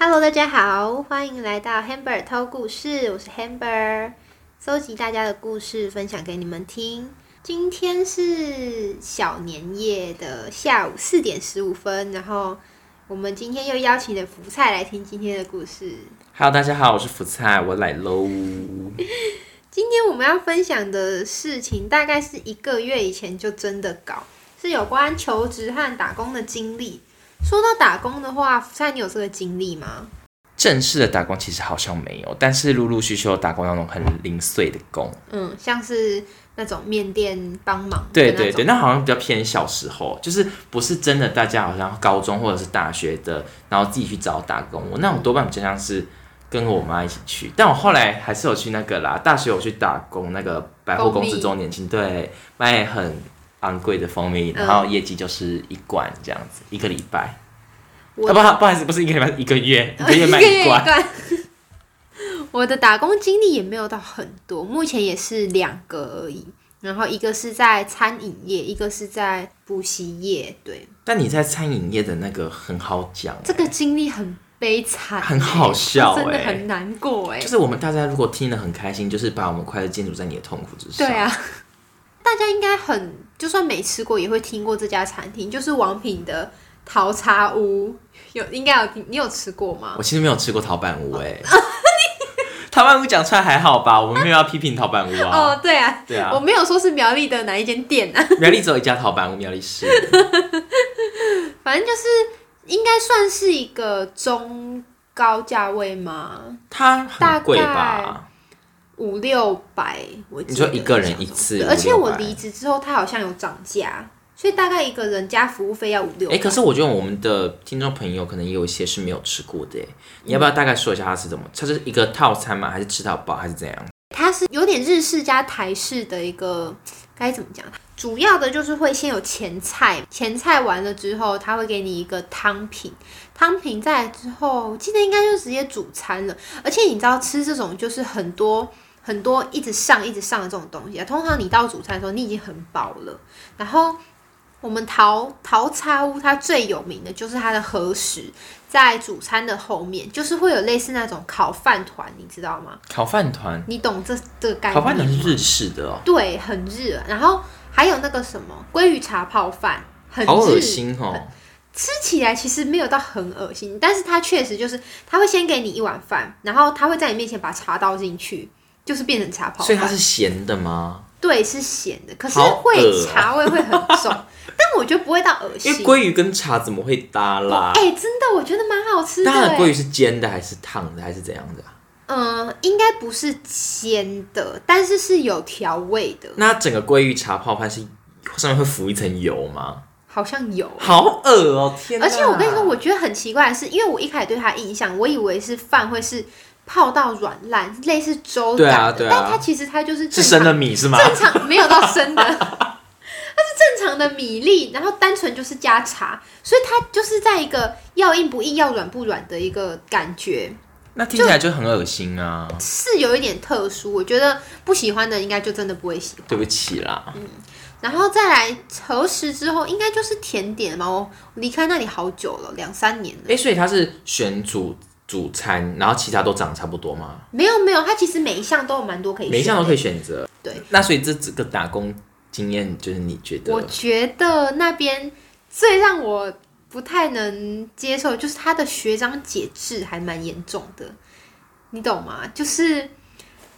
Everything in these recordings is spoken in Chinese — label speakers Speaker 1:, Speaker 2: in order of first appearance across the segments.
Speaker 1: 大家好，欢迎来到 Hamber 偷故事，我是 Hamber，搜集大家的故事，分享给你们听。今天是小年夜的下午四点十五分，然后我们今天又邀请了福菜来听今天的故事。
Speaker 2: Hello，大家好，我是福菜，我来喽。
Speaker 1: 今天我们要分享的事情，大概是一个月以前就真的搞，是有关求职和打工的经历。说到打工的话，福菜，你有这个经历吗？
Speaker 2: 正式的打工其实好像没有，但是陆陆续续有打工那种很零碎的工。
Speaker 1: 嗯，像是那种面店帮忙的
Speaker 2: 对
Speaker 1: 那种，
Speaker 2: 对对，那好像比较偏小时候，就是不是真的大家好像高中或者是大学的，然后自己去找打工。我那我多半比较像是跟我妈一起去，但我后来还是有去那个啦，大学有去打工那个百货公
Speaker 1: 蜂
Speaker 2: 司
Speaker 1: 蜜
Speaker 2: 周年庆， 对，卖很昂贵的蜂蜜，
Speaker 1: 嗯
Speaker 2: 然后业绩就是一罐这样子，一个礼拜。
Speaker 1: 我
Speaker 2: 啊，不好，不好意思，不是一个礼拜，一个 月，一个月卖
Speaker 1: 一
Speaker 2: 一
Speaker 1: 个
Speaker 2: 罐。
Speaker 1: 罐我的打工经历也没有到很多，目前也是两个而已。然后一个是在餐饮业，一个是在补习业。对，
Speaker 2: 但你在餐饮业的那个很好讲，
Speaker 1: 这个经历很悲惨欸、
Speaker 2: 很好笑
Speaker 1: 真的
Speaker 2: 欸
Speaker 1: 很难过哎、
Speaker 2: 就是我们大家如果听得很开心，就是把我们快乐建筑在你的痛苦之上。
Speaker 1: 对，啊， 大家应该很，就算没吃过，也会听过这家餐厅，就是王品的淘茶屋。有应该有听，你有吃过吗？
Speaker 2: 我其实没有吃过陶板屋哎、 陶板屋讲出来还好吧？我们没有要批评陶板屋啊。
Speaker 1: 哦，对啊，
Speaker 2: 对啊
Speaker 1: 我没有说是苗栗的哪一间店啊，
Speaker 2: 苗栗只有一家陶板屋，苗栗市。
Speaker 1: 反正就是应该算是一个中高价位嘛，
Speaker 2: 它很贵吧？
Speaker 1: 五六百，我记
Speaker 2: 你
Speaker 1: 得
Speaker 2: 说一个人一次
Speaker 1: 对而且我
Speaker 2: 500
Speaker 1: 离职之后，它好像有涨价，所以大概一个人加服务费要五六
Speaker 2: 哎、
Speaker 1: 百。
Speaker 2: 可是我觉得我们的听众朋友可能也有一些是没有吃过的、欸，你要不要大概说一下它是怎么？它是一个套餐吗？还是吃到饱？还是怎样？
Speaker 1: 它是有点日式加台式的一个，该怎么讲？主要的就是会先有前菜，前菜完了之后，它会给你一个汤品，汤品再来之后，我记得应该就直接主餐了。而且你知道吃这种就是很多很多一直上一直上的这种东西啊，通常你到主餐的时候你已经很饱了，然后。我们桃桃茶屋，它最有名的就是它的和食，在主餐的后面，就是会有类似那种烤饭团，你知道吗？
Speaker 2: 烤饭团，
Speaker 1: 你懂这这个概念？
Speaker 2: 烤饭团是日式的哦、
Speaker 1: 对，很日。然后还有那个什么鲑鱼茶泡饭，很
Speaker 2: 好恶
Speaker 1: 日。
Speaker 2: 心哦、
Speaker 1: 吃起来其实没有到很恶心，但是它确实就是，它会先给你一碗饭，然后它会在你面前把茶倒进去，就是变成茶泡
Speaker 2: 所以它
Speaker 1: 饭。
Speaker 2: 是咸的吗？
Speaker 1: 对，是咸的，可是
Speaker 2: 好
Speaker 1: 会
Speaker 2: 恶啊
Speaker 1: 茶味会很 重，但我觉得不会到恶
Speaker 2: 因为
Speaker 1: 心。
Speaker 2: 鲑鱼跟茶怎么会搭啦？
Speaker 1: 哎、真的，我觉得蛮好吃的、
Speaker 2: 那它的鲑
Speaker 1: 哎
Speaker 2: 鱼是煎的还是烫的还是怎样的啊、
Speaker 1: 嗯、应该不是煎的，但是是有调味的，
Speaker 2: 那整个鲑鱼茶泡饭是上面会浮一层油吗？
Speaker 1: 好像有。
Speaker 2: 好恶哦、天哪！
Speaker 1: 而且我跟你说，我觉得很奇怪的是，因为我一开始对它的印象，我以为是饭会是泡到软烂，类似粥
Speaker 2: 对
Speaker 1: 感的，
Speaker 2: 啊对啊
Speaker 1: 但它其实它就是
Speaker 2: 是
Speaker 1: 正
Speaker 2: 生
Speaker 1: 常
Speaker 2: 的米是吗？
Speaker 1: 正常没有到生 的，它是正常的米粒，然后单纯就是加茶，所以它就是在一个要硬不硬、要软不软的一个感觉，
Speaker 2: 那听起来就很恶心啊！
Speaker 1: 是有一点特殊。我觉得不喜欢的应该就真的不会喜欢。
Speaker 2: 对不起啦，
Speaker 1: 然后再来核实之后，应该就是甜点嘛。我离开那里好久了，两三年了
Speaker 2: 哎、。所以它是选主主餐，然后其他都长得差不多吗？
Speaker 1: 没有没有，它其实每一项都有蛮多可以选的，
Speaker 2: 每一项都可以选择。
Speaker 1: 对，
Speaker 2: 那所以这这个打工经验，就是你觉得
Speaker 1: 我觉得那边最让我不太能接受，就是他的学长解制还蛮严重的，你懂吗？就是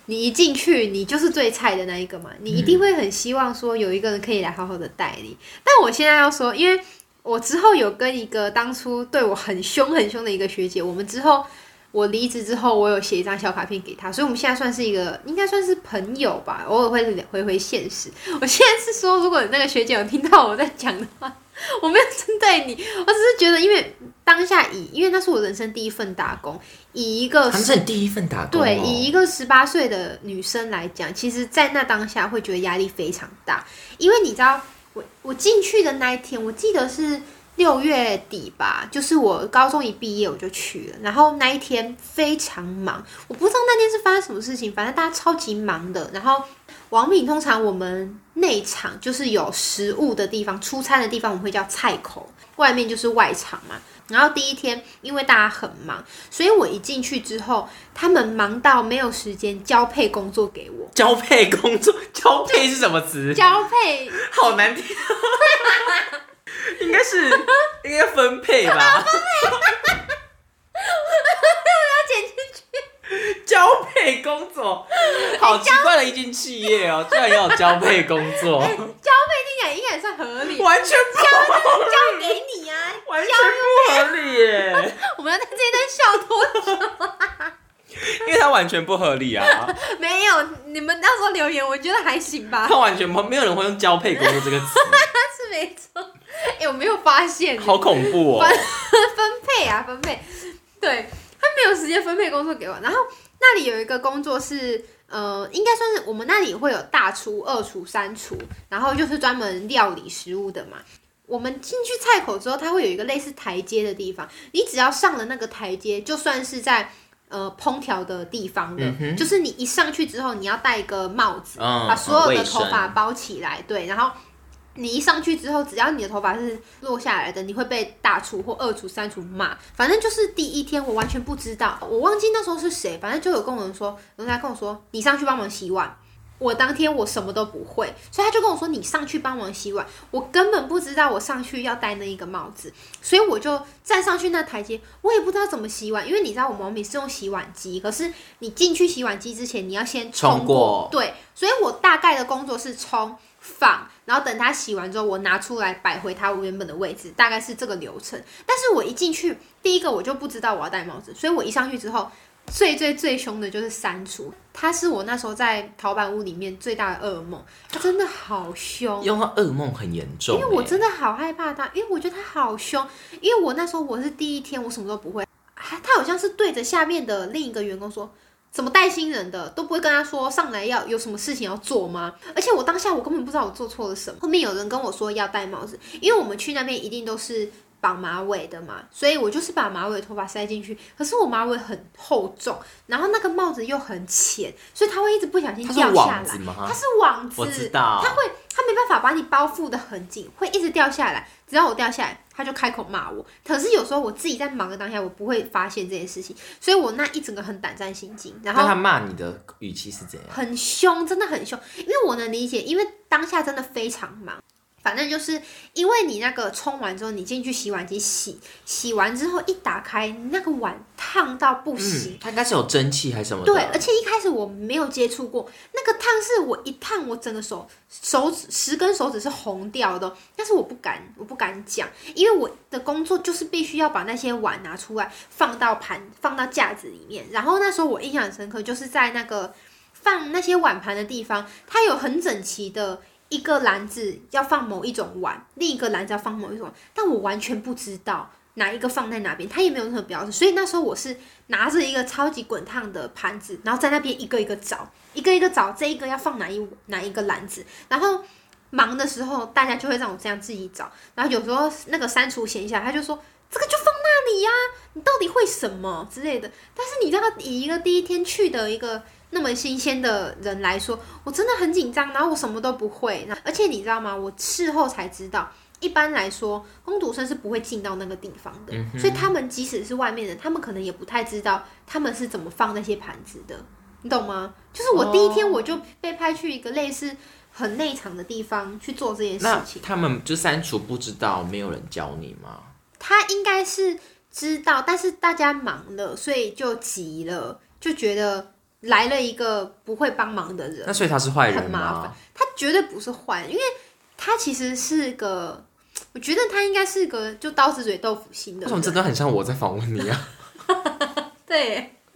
Speaker 1: 你一进去，你就是最菜的那一个嘛，你一定会很希望说有一个人可以来好好的带你。但我现在要说，因为我之后有跟一个当初对我很凶很凶的一个学姐，我们之后。我离职之后，我有写一张小卡片给她，所以我们现在算是一个，应该算是朋友吧，偶尔会聊回回现实。我现在是说，如果那个学姐有听到我在讲的话， 我没有针对你，我只是觉得，因为当下以，因为那是我人生第一份打工，以一个
Speaker 2: 他们是你第一份打工、哦，
Speaker 1: 对以一个十八岁的女生来讲，其实，在那当下会觉得压力非常大，因为你知道，我我进去的那一天，我记得是。六月底吧，就是我高中一毕业我就去了，然后那一天非常忙，我不知道那天是发生什么事情，反正大家超级忙的。然后王品通常我们内场就是有食物的地方，出餐的地方我们会叫菜口，外面就是外场嘛。然后第一天因为大家很忙，所以我一进去之后，他们忙到没有时间交配工作给我。
Speaker 3: 交配工 作，交配是什么词？
Speaker 1: 交配
Speaker 3: 好难听，应该是应该分配吧？交配工 作，好奇怪的一间企业哦，居然也有交配工作，
Speaker 1: 交配听起来啊应该也算合理，
Speaker 3: 完全不，
Speaker 1: 交给你啊！
Speaker 3: 完全不合理耶，
Speaker 1: 我们要在这一段笑多久？
Speaker 3: 因为它完全不合理啊，
Speaker 1: 没有，你们到时候留言，我觉得还行吧，
Speaker 3: 它完全不，没有人会用交配工作这个词，
Speaker 1: 是没错。哎、我没有发现，
Speaker 3: 好恐怖哦
Speaker 1: 分，分配啊，分配，对他没有时间分配工作给我。然后那里有一个工作是，呃，应该算是我们那里会有大厨、二厨、三厨，然后就是专门料理食物的嘛。我们进去菜口之后，它会有一个类似台阶的地方，你只要上了那个台阶，就算是在呃烹调的地方了，
Speaker 3: 嗯哼
Speaker 1: 就是你一上去之后，你要戴一个帽子，
Speaker 3: 嗯，
Speaker 1: 把所有的
Speaker 3: 卫生
Speaker 1: 头发包起来，对，然后你一上去之后，只要你的头发是落下来的，你会被大厨或二厨、三厨骂。反正就是第一天我完全不知道，我忘记那时候是谁，反正就有跟我说，人家跟我说你上去帮忙洗碗。我当天我什么都不会，所以他就跟我说你上去帮忙洗碗，我根本不知道我上去要戴那一个帽子，所以我就站上去那台阶，我也不知道怎么洗碗，因为你知道我们王品是用洗碗机，可是你进去洗碗机之前，你要先
Speaker 3: 冲
Speaker 1: 过
Speaker 3: 过，
Speaker 1: 对，所以我大概的工作是冲放，然后等它洗完之后，我拿出来摆回它原本的位置，大概是这个流程。但是我一进去，第一个我就不知道我要戴帽子，所以我一上去之后，最最最凶的就是删除，他是我那时候在陶板屋里面最大的噩梦，他真的好凶。
Speaker 3: 用到噩梦很严重
Speaker 1: 因
Speaker 3: 耶，
Speaker 1: 为我真的好害怕他，因为我觉得他好凶，因为我那时候我是第一天，我什么都不会，啊他好像是对着下面的另一个员工说。怎么带新人的都不会跟他说上来要有什么事情要做吗？而且我当下我根本不知道我做错了什么。后面有人跟我说要戴帽子，因为我们去那边一定都是绑马尾的嘛，所以我就是把马尾头发塞进去。可是我马尾很厚重，然后那个帽子又很浅，所以它会一直不小心
Speaker 3: 它
Speaker 1: 掉
Speaker 3: 是
Speaker 1: 下
Speaker 3: 网
Speaker 1: 来。
Speaker 3: 子吗
Speaker 1: 它？是网子，
Speaker 3: 我知道
Speaker 1: 它，会，它没办法把你包覆的很紧，会一直掉下来。只要我掉下来，他就开口骂我。可是有时候我自己在忙的当下，我不会发现这件事情，所以我那一整个很胆战心惊，然
Speaker 3: 那
Speaker 2: 啊
Speaker 1: 后
Speaker 3: 他骂你的语气是怎样？
Speaker 1: 很凶，真的很凶。因为我能理解，因为当下真的非常忙。反正就是因为你那个冲完之后，你进去洗碗机洗，洗完之后一打开，你那个碗烫到不行，
Speaker 3: 嗯，他应该是有蒸汽还是什么的？
Speaker 1: 对，而且一开始我没有接触过那个烫，是我一烫，我整个手手指十根手指是红掉的哦，但是我不敢，我不敢讲，因为我的工作就是必须要把那些碗拿出来，放到盘，放到架子里面。然后那时候我印象很深刻，就是在那个放那些碗盘的地方，它有很整齐的。一个篮子要放某一种碗，另一个篮子要放某一种碗，但我完全不知道哪一个放在哪边，它也没有任何标志，所以那时候我是拿着一个超级滚烫的盘子，然后在那边一个一个找，一个一个找这一个要放哪一哪一个篮子，然后忙的时候大家就会让我这样自己找，然后有时候那个删除闲下来，他就说这个就放那里呀、你到底会什么之类的。但是你知道，以一个第一天去的一个那么新鲜的人来说，我真的很紧张，然后我什么都不会，然后而且你知道吗？我事后才知道。一般来说，工读生是不会进到那个地方的，
Speaker 3: 嗯哼
Speaker 1: 所以他们即使是外面人，他们可能也不太知道他们是怎么放那些盘子的，你懂吗？就是我第一天
Speaker 3: 哦
Speaker 1: 我就被派去一个类似很内场的地方去做这件事
Speaker 3: 那
Speaker 1: 情。
Speaker 3: 他们就删除不知道，没有人教你吗？
Speaker 1: 他应该是知道，但是大家忙了，所以就急了，就觉得来了一个不会帮忙的人，
Speaker 3: 那所以他是坏
Speaker 1: 很
Speaker 3: 人
Speaker 1: 麻
Speaker 3: 吗
Speaker 1: 烦？。他绝对不是坏人，因为他其实是个，我觉得他应该是个就刀子嘴豆腐心的
Speaker 3: 为什么
Speaker 1: 人。
Speaker 3: 真的很像我在访问你啊？
Speaker 1: 对，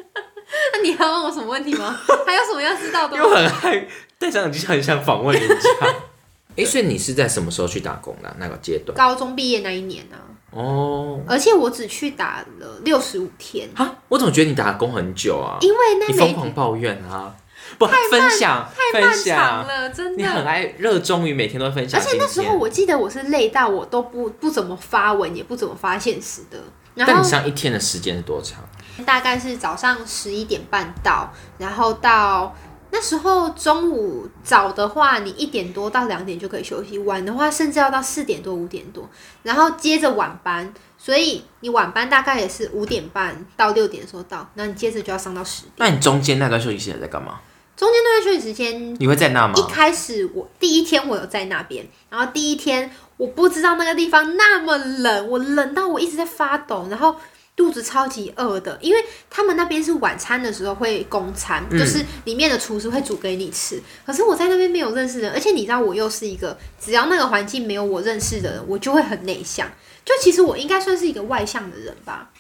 Speaker 1: 那你还要问我什么问 题吗？还有什么要知道的
Speaker 3: 因为我
Speaker 1: 吗？
Speaker 3: 很害，戴上耳机就很想访问人家。 哎、所以你是在什么时候去打工的啊、那个阶段？
Speaker 1: 高中毕业那一年呢、啊，
Speaker 3: 哦，
Speaker 1: 而且我只去打了六十五天，
Speaker 3: 哈，我总觉得你打工很久啊，
Speaker 1: 因为那
Speaker 3: 你
Speaker 1: 每
Speaker 3: 疯狂抱怨啊，不分享
Speaker 1: 太
Speaker 3: 分
Speaker 1: 漫长
Speaker 3: 享，
Speaker 1: 了，真
Speaker 3: 你很
Speaker 1: 的。
Speaker 3: 爱热衷于每天都分享
Speaker 1: 而
Speaker 3: 经
Speaker 1: 且
Speaker 3: 验。
Speaker 1: 那时候我记得我是累到我都不不怎么发文，也不怎么发现实的。然
Speaker 3: 但
Speaker 1: 后
Speaker 3: 你上一天的时间是多长？
Speaker 1: 大概是早上十一点半到，然后到那时候中午早的话，你一点多到两点就可以休息，晚的话甚至要到四点多五点多，然后接着晚班，所以你晚班大概也是五点半到六点的时候到，那你接着就要上到十点。
Speaker 3: 那你中间那段休息时间在干嘛？
Speaker 1: 中间那段休息时间，
Speaker 3: 你会在那吗？
Speaker 1: 一开始我第一天我有在那边，然后第一天我不知道那个地方那么冷，我冷到我一直在发抖，然后肚子超级饿的，因为他们那边是晚餐的时候会供餐，
Speaker 3: 嗯
Speaker 1: 就是里面的厨师会煮给你吃。可是我在那边没有认识人，而且你知道我又是一个只要那个环境没有我认识的人，我就会很内向。就其实我应该算是一个外向的人吧。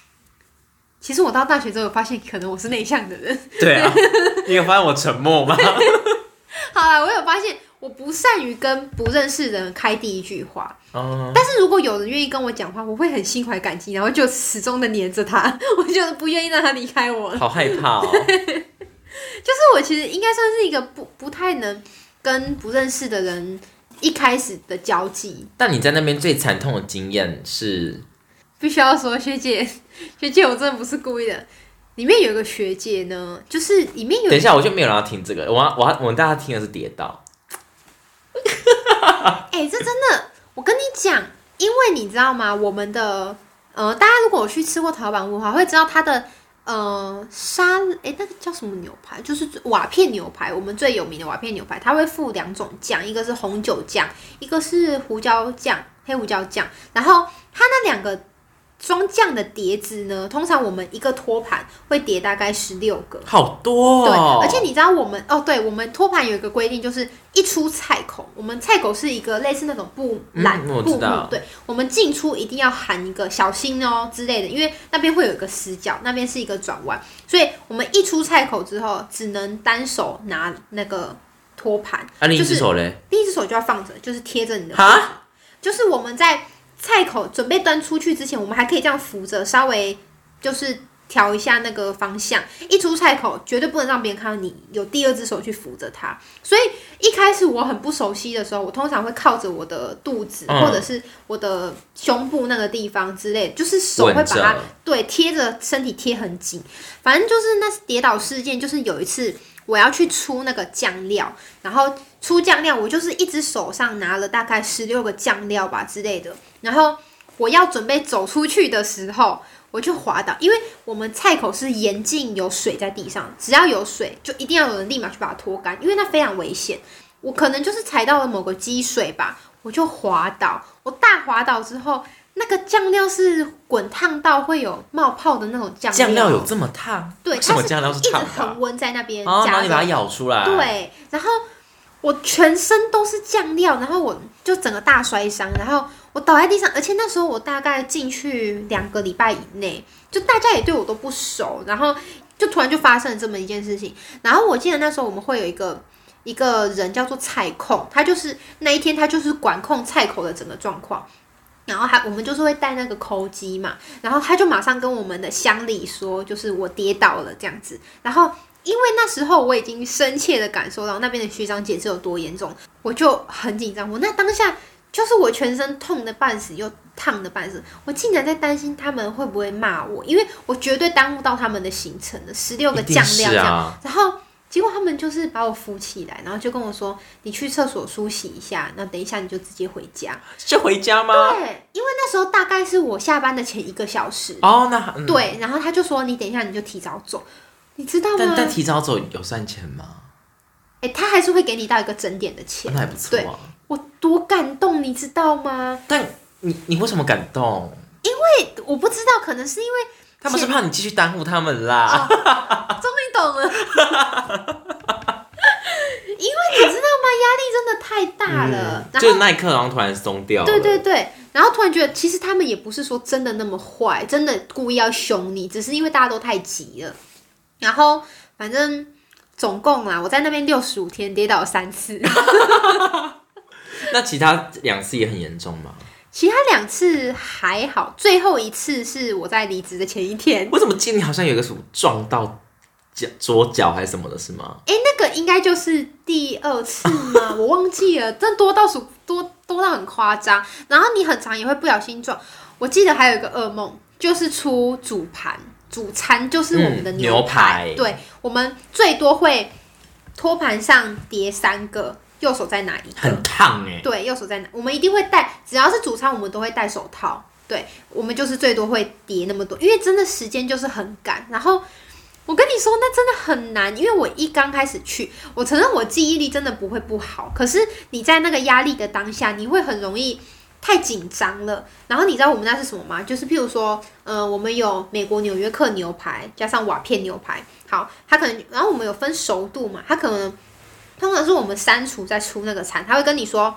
Speaker 1: 其实我到大学之后，有发现可能我是内向的人。
Speaker 3: 对 啊，你有发现我沉默吗？
Speaker 1: 好啦，我有发现我不善于跟不认识的人开第一句话，
Speaker 3: 嗯，
Speaker 1: 但是如果有人愿意跟我讲话，我会很心怀感激，然后就始终的黏着他， 我就不愿意让他离开我了。
Speaker 3: 好害怕哦。
Speaker 1: 就是我其实应该算是一个不不太能跟不认识的人一开始的交际。
Speaker 3: 但你在那边最惨痛的经验是，
Speaker 1: 必须要说，学姐，学姐，我真的不是故意的。里面有一个学姐呢，就是里面有
Speaker 3: 等一下我就没有人要听这个，我要我要我们大家听的是跌倒，
Speaker 1: 哎、这真的，我跟你讲，因为你知道吗？我们的呃，大家如果有去吃过陶板屋的话，会知道它的呃沙哎、那个叫什么牛排，就是瓦片牛排，我们最有名的瓦片牛排，它会附两种酱，一个是红酒酱，一个是胡椒酱，黑胡椒酱。然后它那两个装酱的碟子呢，通常我们一个托盘会叠大概十六个。
Speaker 3: 好多、
Speaker 1: 对
Speaker 3: 哦，，
Speaker 1: 而且你知道我们哦，对我们托盘有一个规定，就是一出菜口，我们菜口是一个类似那种布栏、
Speaker 3: 嗯我
Speaker 1: 布
Speaker 3: 知
Speaker 1: 幕
Speaker 3: 道，
Speaker 1: 对，我们进出一定要喊一个小心哦之类的，因为那边会有一个死角，那边是一个转弯，所以我们一出菜口之后，只能单手拿那个托盘，
Speaker 3: 啊，另一
Speaker 1: 就
Speaker 3: 只
Speaker 1: 是
Speaker 3: 手嘞？
Speaker 1: 另一只手就要放着，就是贴着你的
Speaker 3: 哈，
Speaker 1: 就是我们在菜口准备端出去之前，我们还可以这样扶着，稍微就是调一下那个方向。一出菜口，绝对不能让别人看到你有第二只手去扶着它。所以一开始我很不熟悉的时候，我通常会靠着我的肚子、
Speaker 3: 嗯
Speaker 1: 或者是我的胸部那个地方之类，就是手会把
Speaker 3: 稳
Speaker 1: 它
Speaker 3: 着，
Speaker 1: 对，贴着身体贴很紧。反正就是那跌倒事件，就是有一次我要去出那个酱料，然后出酱料，我就是一只手上拿了大概十六个酱料吧之类的，然后我要准备走出去的时候。我就滑倒，因为我们菜口是严禁有水在地上，只要有水就一定要有人立马去把它拖干，因为那非常危险。我可能就是踩到了某个积水吧，我就滑倒，我大滑倒之后，那个酱料是滚烫到会有冒泡的那种酱
Speaker 3: 酱料有这么烫？
Speaker 1: 对，
Speaker 3: 为什
Speaker 1: 它
Speaker 3: 么
Speaker 1: 是
Speaker 3: 酱料
Speaker 1: 一
Speaker 3: 是
Speaker 1: 直
Speaker 3: 烫的
Speaker 1: 恒
Speaker 3: 啊？
Speaker 1: 温在那边
Speaker 3: 啊，然
Speaker 1: 加
Speaker 3: 后你把它
Speaker 1: 热，
Speaker 3: 咬出来，，
Speaker 1: 对，然后我全身都是酱料，然后我就整个大摔伤，然后我倒在地上，而且那时候我大概进去两个礼拜以内，就大家也对我都不熟，然后就突然就发生了这么一件事情，然后我记得那时候我们会有一个。
Speaker 3: 啊
Speaker 1: 一个人叫做菜控，他就是那一天他就是管控菜口的整个状况，然后还我们就是会带那个抠机嘛，然后他就马上跟我们的乡里说，就是我跌倒了这样子。然后因为那时候我已经深切的感受到那边的学长姐是有多严重，我就很紧张。我那当下就是我全身痛的半死，又烫的半死，我竟然在担心他们会不会骂我，因为我绝对耽误到他们的行程了，十六个
Speaker 3: 一
Speaker 1: 酱
Speaker 3: 定
Speaker 1: 料
Speaker 3: 是
Speaker 1: 这样。
Speaker 3: 啊。
Speaker 1: 然后结果他们就是把我扶起来，然后就跟我说：“你去厕所梳洗一下，那等一下你就直接回家。
Speaker 3: 就回家”吗？
Speaker 1: 对，因为那时候大概是我下班的前一个小时。
Speaker 3: 哦，那嗯，
Speaker 1: 对，然后他就说：“你等一下你就提早走，你知道
Speaker 3: 但
Speaker 1: 吗
Speaker 3: 但提早走有算钱吗？？”
Speaker 1: 哎、他还是会给你到一个整点的钱
Speaker 3: 那，还不错啊。
Speaker 1: 我多感动，你知道吗？
Speaker 3: 但你你为什么感动？
Speaker 1: 哎，我不知道，可能 是因为
Speaker 3: 他们是怕你继续耽误他们啦。
Speaker 1: 哦终于懂了，因 为你知道吗？压力真的太大 了，呃
Speaker 3: 嗯
Speaker 1: 然后
Speaker 3: 就那一刻，然后突然松掉了。
Speaker 1: 对对对，然后突然觉得，其实他们也不是说真的那么坏，真的故意要凶你，只是因为大家都太急了。然后反正总共啦，我在那边六十五天跌倒三次，
Speaker 3: 那其他两次也很严重吗？
Speaker 1: 其他两次还好，最后一次是我在离职的前一天。
Speaker 3: 为什么记得你好像有一个什么撞到
Speaker 2: 脚左脚还是什么的，是吗？
Speaker 1: 哎、那个应该就是第二次嘛， 我忘记了，真的多到数多多到很夸张。然后你很常也会不小心撞。我记得还有一个噩梦，就是出主盘主餐，就是我们的
Speaker 2: 嗯
Speaker 1: 牛排。
Speaker 2: 牛排
Speaker 1: 对，我们最多会托盘上叠三个，右手在哪一个？
Speaker 2: 很烫哎、
Speaker 1: 对，右手在哪？我们一定会戴，只要是主餐，我们都会戴手套。对，我们就是最多会叠那么多，因为真的时间就是很赶。然后我跟你说，那真的很难，因为我一刚开始去，我承认我记忆力真的不会不好，可是你在那个压力的当下，你会很容易。太紧张了，然后你知道我们那是什么吗？就是譬如说，呃，我们有美国纽约客牛排，加上瓦片牛排。好，它可能，然后我们有分熟度嘛，它可能通常是我们删除再出那个餐，他会跟你说，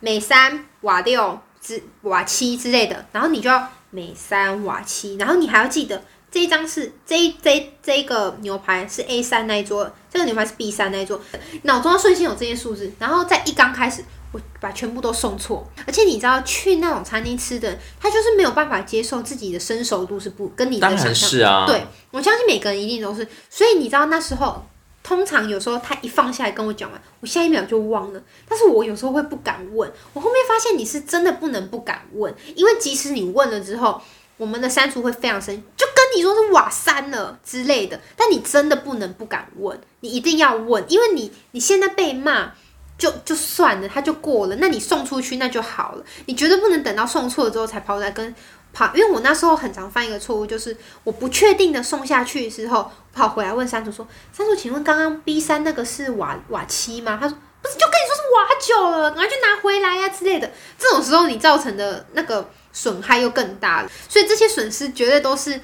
Speaker 1: 每三瓦六之瓦七之类的，然后你就要每三瓦七，然后你还要记得这一张是这一这一这一个牛排是 A 三那一桌，这个牛排是 B 三那一桌，脑中要瞬间有这些数字，然后在一刚开始。我把全部都送错，而且你知道去那种餐厅吃的，他就是没有办法接受自己的生熟度是不跟你的
Speaker 2: 当
Speaker 1: 想象
Speaker 2: 然是啊，
Speaker 1: 对，我相信每个人一定都是，所以你知道那时候，通常有时候他一放下来跟我讲完，我下一秒就忘了。但是我有时候会不敢问，我后面发现你是真的不能不敢问，因为即使你问了之后，我们的删除会非常生气，就跟你说是瓦删了之类的，但你真的不能不敢问，你一定要问，因为你你现在被骂。就就算了，他就过了。那你送出去那就好了，你绝对不能等到送错了之后才跑来跟跑，因为我那时候很常犯一个错误，就是我不确定的送下去之后，跑回来问删除说：“删除，请问刚刚 B 三那个是瓦瓦七吗？”他说：“不是，就跟你说是瓦九了，赶快去拿回来呀、之类的。”这种时候你造成的那个损害又更大了，所以这些损失绝对都是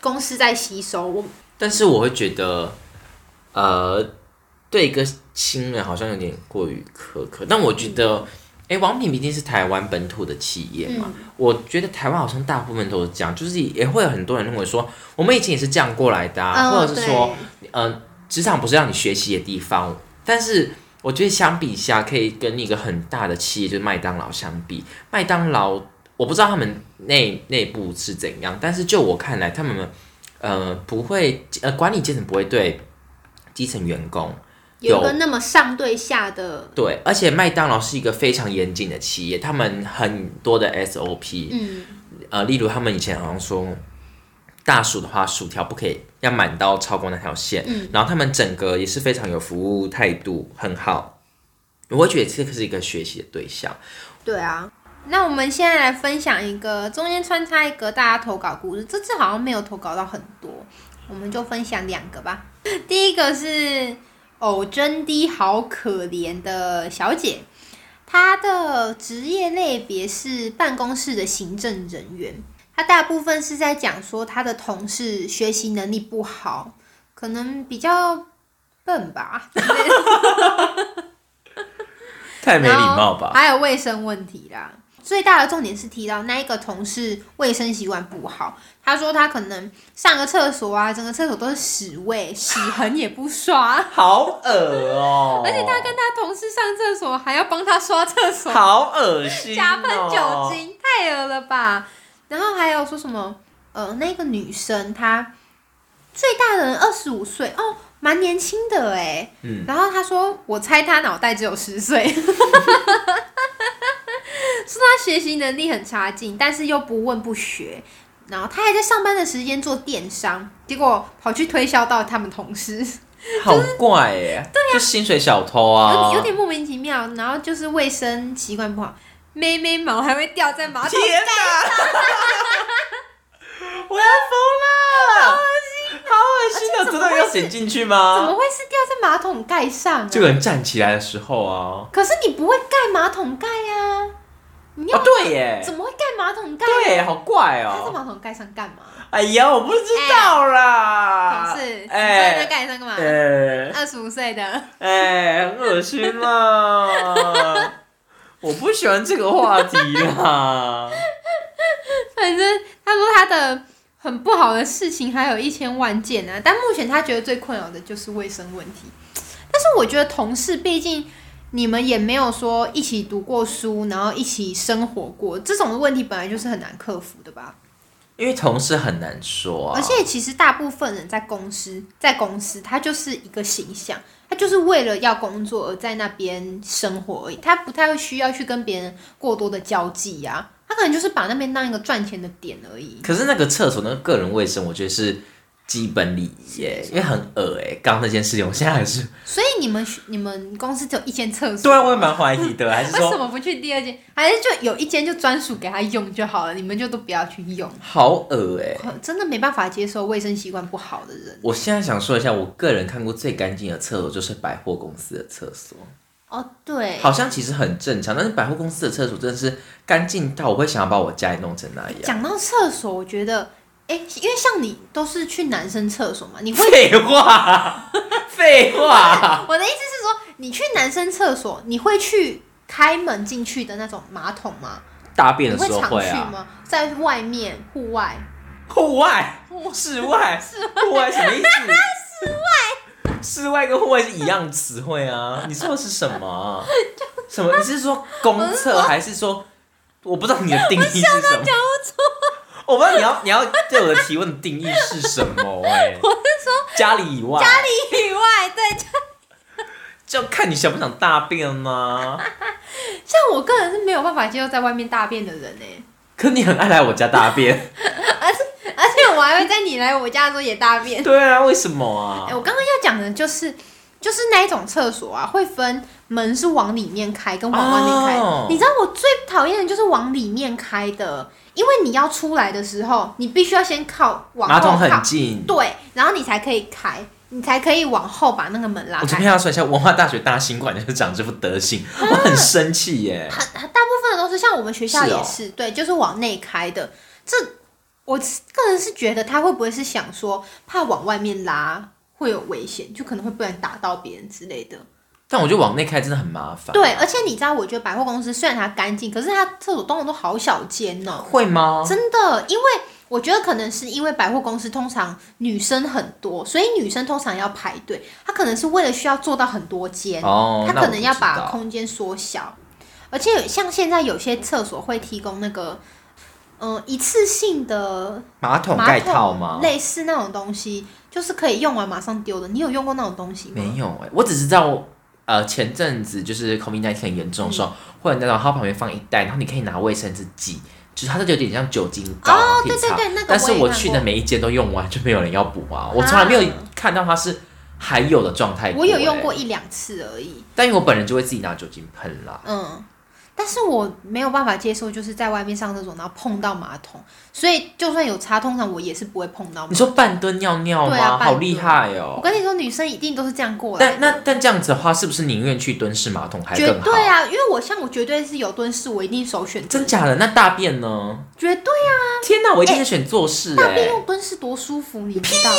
Speaker 1: 公司在吸收。我
Speaker 2: 但是我会觉得，呃，对一个新人好像有点过于苛刻。但我觉
Speaker 1: 嗯
Speaker 2: 得，哎、王品毕竟是台湾本土的企业嘛，我觉得台湾好像大部分都是这样，就是也会有很多人认为说，我们以前也是这样过来的、啊，
Speaker 1: 嗯
Speaker 2: 或者是说，
Speaker 1: 对
Speaker 2: 呃，职场不是让你学习的地方，但是我觉得相比下，可以跟一个很大的企业，就是麦当劳相比，麦当劳我不知道他们内内部是怎样，但是就我看来，他们呃不会呃管理阶层不会对基层员工
Speaker 1: 有一个那么上对下的，
Speaker 2: 对，而且麦当劳是一个非常严谨的企业，他们很多的 SOP，
Speaker 1: 嗯，
Speaker 2: 呃，例如他们以前好像说，大薯的话，薯条不可以要满到超过那条线。
Speaker 1: 嗯，
Speaker 2: 然后他们整个也是非常有服务态度，很好。我会觉得这个是一个学习的对象。
Speaker 1: 对啊。那我们现在来分享一个中间穿插一个大家投稿故事，这次好像没有投稿到很多，我们就分享两个吧。第一个是偶真的好可怜的小姐，她的职业类别是办公室的行政人员，她大部分是在讲说她的同事学习能力不好，可能比较笨吧，
Speaker 2: 太
Speaker 1: 然后？还有卫生问题啦。最大的重点是提到那一个同事卫生习惯不好，他说他可能上个厕所啊，整个厕所都是屎味，屎痕也不刷，
Speaker 2: 好恶哦、
Speaker 1: 而且他跟他同事上厕所还要帮他刷厕所，
Speaker 2: 好恶心、哦，
Speaker 1: 加喷酒，精，太恶了吧！然后还有说什么？呃，那个女生她最大的人二十五岁哦，蛮年轻的哎。
Speaker 2: 嗯
Speaker 1: 然后她说，我猜她脑袋只有十岁， 说她学习能力很差劲，但是又不问不学。然后她还在上班的时间做电商，结果跑去推销到他们同事。
Speaker 2: 好怪哎、对呀、就薪水小偷
Speaker 1: 啊有
Speaker 2: 啊，
Speaker 1: 有点莫名其妙，然后就是卫生习惯不好，妹妹毛还会掉在马桶
Speaker 2: 天哪！我要疯了，好恶心啊！真的要剪进去
Speaker 1: 怎么
Speaker 2: 吗？
Speaker 1: 会是掉在马桶盖上、啊？
Speaker 2: 啊这个人站起来的时候啊，
Speaker 1: 可是你不会盖马桶盖啊？你要、
Speaker 2: 啊对耶，
Speaker 1: 怎么会盖马桶盖？
Speaker 2: 对啊耶，好怪
Speaker 1: 他在
Speaker 2: 哦！
Speaker 1: 马桶盖上干嘛？
Speaker 2: 哎呀，我不知道啦，
Speaker 1: 同事，你在
Speaker 2: 啊哎
Speaker 1: 盖上干嘛？
Speaker 2: 哎
Speaker 1: 二十五岁的，
Speaker 2: 哎，很恶心 啦！我不喜欢这个话题啦。
Speaker 1: 反正他说他的很不好的事情还有一千万件啊，但目前他觉得最困扰的就是卫生问题。但是我觉得同事，毕竟你们也没有说一起读过书，然后一起生活过，这种问题本来就是很难克服的吧？
Speaker 2: 因为同事很难说啊
Speaker 1: 而。且其实大部分人在公司，在公司他就是一个形象，他就是为了要工作而在那边生活而已，他不太会需要去跟别人过多的交际呀、啊。他可能就是把那边当一个赚钱的点而已。
Speaker 2: 可是那个厕所那个个人卫生，我觉得是基本礼仪耶，因为很恶哎、刚刚那件事情，我现在还是
Speaker 1: 所以你们学你们公司只有一间厕所？
Speaker 2: 对啊，我也蛮怀疑的，还是
Speaker 1: 为什
Speaker 2: 说
Speaker 1: 么不去第二间？还是就有一间就专属给他用就好了，你们就都不要去用。
Speaker 2: 好恶哎、
Speaker 1: 可真的没办法接受卫生习惯不好的人。
Speaker 2: 我现在想说一下，我个人看过最干净的厕所就是百货公司的厕所，
Speaker 1: 哦，对，
Speaker 2: 好像其实很正常，但是百货公司的厕所真的是干净到我会想要把我家里弄成那样。
Speaker 1: 讲到厕所，我觉得，哎、因为像你都是去男生厕所嘛，你会，
Speaker 2: 废话，废话，
Speaker 1: 我的意思是说，你去男生厕所，你会去开门进去的那种马桶吗？
Speaker 2: 大便
Speaker 1: 你
Speaker 2: 的
Speaker 1: 会
Speaker 2: 时候
Speaker 1: 常
Speaker 2: 会
Speaker 1: 去
Speaker 2: 啊，
Speaker 1: 吗？在外面户外，
Speaker 2: 户外、室外、户外什么意思？ 室外、室外跟户外是一样的词汇啊！你说的是什么啊？什么？你是说公厕还是说？我不知道你的定义是什么。我不知道你要你要对我的提问的定义是什 么哎、我是说家里以外，家里
Speaker 1: 以外，对，就
Speaker 2: 就看你想不想大便嘛。
Speaker 1: 像我个人是没有办法接受在外面大便的人哎、
Speaker 2: 可你很爱来我家大 便，
Speaker 1: 而且我还会在你来我家的时候也大便。
Speaker 2: 对啊，为什么啊
Speaker 1: 哎、？我刚刚要讲的就是，就是那一种厕所啊，会分门是往里面开跟往外面开。
Speaker 2: 哦
Speaker 1: 你知道我最讨厌的就是往里面开的，因为你要出来的时候，你必须要先靠往
Speaker 2: 马
Speaker 1: 后
Speaker 2: 桶
Speaker 1: 靠
Speaker 2: 很，近，
Speaker 1: 对，然后你才可以开，你才可以往后把那个门拉
Speaker 2: 我这
Speaker 1: 开。
Speaker 2: 边要说一下，文化大学大新馆就是长这副德行，我很生气耶。
Speaker 1: 很很大部分的都是像我们学校
Speaker 2: 是
Speaker 1: 也
Speaker 2: 哦
Speaker 1: 是，对，就是往内开的。这我个人是觉得他会不会是想说怕往外面拉会有危险，就可能会不然打到别人之类的。
Speaker 2: 但我觉得往内开真的很麻烦。，
Speaker 1: 对，而且你知道，我觉得百货公司虽然它干净，可是它厕所通常都好小间哦、
Speaker 2: 会吗？
Speaker 1: 真的，因为我觉得可能是因为百货公司通常女生很多，所以女生通常要排队，她可能是为了需要做到很多间，
Speaker 2: 哦，
Speaker 1: 她
Speaker 2: 那
Speaker 1: 可能要
Speaker 2: 我不知
Speaker 1: 把
Speaker 2: 道
Speaker 1: 空间缩小。而且有像现在有些厕所会提供那个，嗯、一次性的
Speaker 2: 马桶
Speaker 1: 马
Speaker 2: 盖套吗
Speaker 1: 桶？类似那种东西，就是可以用完马上丢的。你有用过那种东西吗？哦
Speaker 2: 没有哎、我只知道。呃，前阵子就是 COVID 1 9很严重的
Speaker 1: 嗯
Speaker 2: 时候，或者那种它旁边放一袋，然后你可以拿卫生纸挤，就是它就有点像酒精膏
Speaker 1: 哦
Speaker 2: 可以
Speaker 1: 对对
Speaker 2: 擦
Speaker 1: 对那个
Speaker 2: 但
Speaker 1: 我
Speaker 2: 是
Speaker 1: 也
Speaker 2: 我
Speaker 1: 看
Speaker 2: 去
Speaker 1: 过
Speaker 2: 的每一间都用完，就没有人要补啊。我从来没有看到它是还有的状态、
Speaker 1: 我有用
Speaker 2: 过。
Speaker 1: 过
Speaker 2: 欸
Speaker 1: 一两次而已。
Speaker 2: 但因为我本人就会自己拿酒精喷啦。
Speaker 1: 嗯，但是我没有办法接受，就是在外面上厕所，然后碰到马桶，所以就算有擦，通常我也是不会碰到马桶。
Speaker 2: 你说半蹲尿尿吗？
Speaker 1: 对啊半蹲
Speaker 2: 好厉害哦
Speaker 1: 我！跟你说，女生一定都是这样过来
Speaker 2: 但那
Speaker 1: 的。
Speaker 2: 但这样子的话，是不是宁愿去蹲式马桶还
Speaker 1: 绝
Speaker 2: 更好？
Speaker 1: 对啊，因为我像我绝对是有蹲式，我一定首选蹲
Speaker 2: 真假的？那大便呢？
Speaker 1: 绝对
Speaker 2: 天哪，我一定是选做事
Speaker 1: 大
Speaker 2: 哎、
Speaker 1: 便用蹲式多舒服，你知道吗？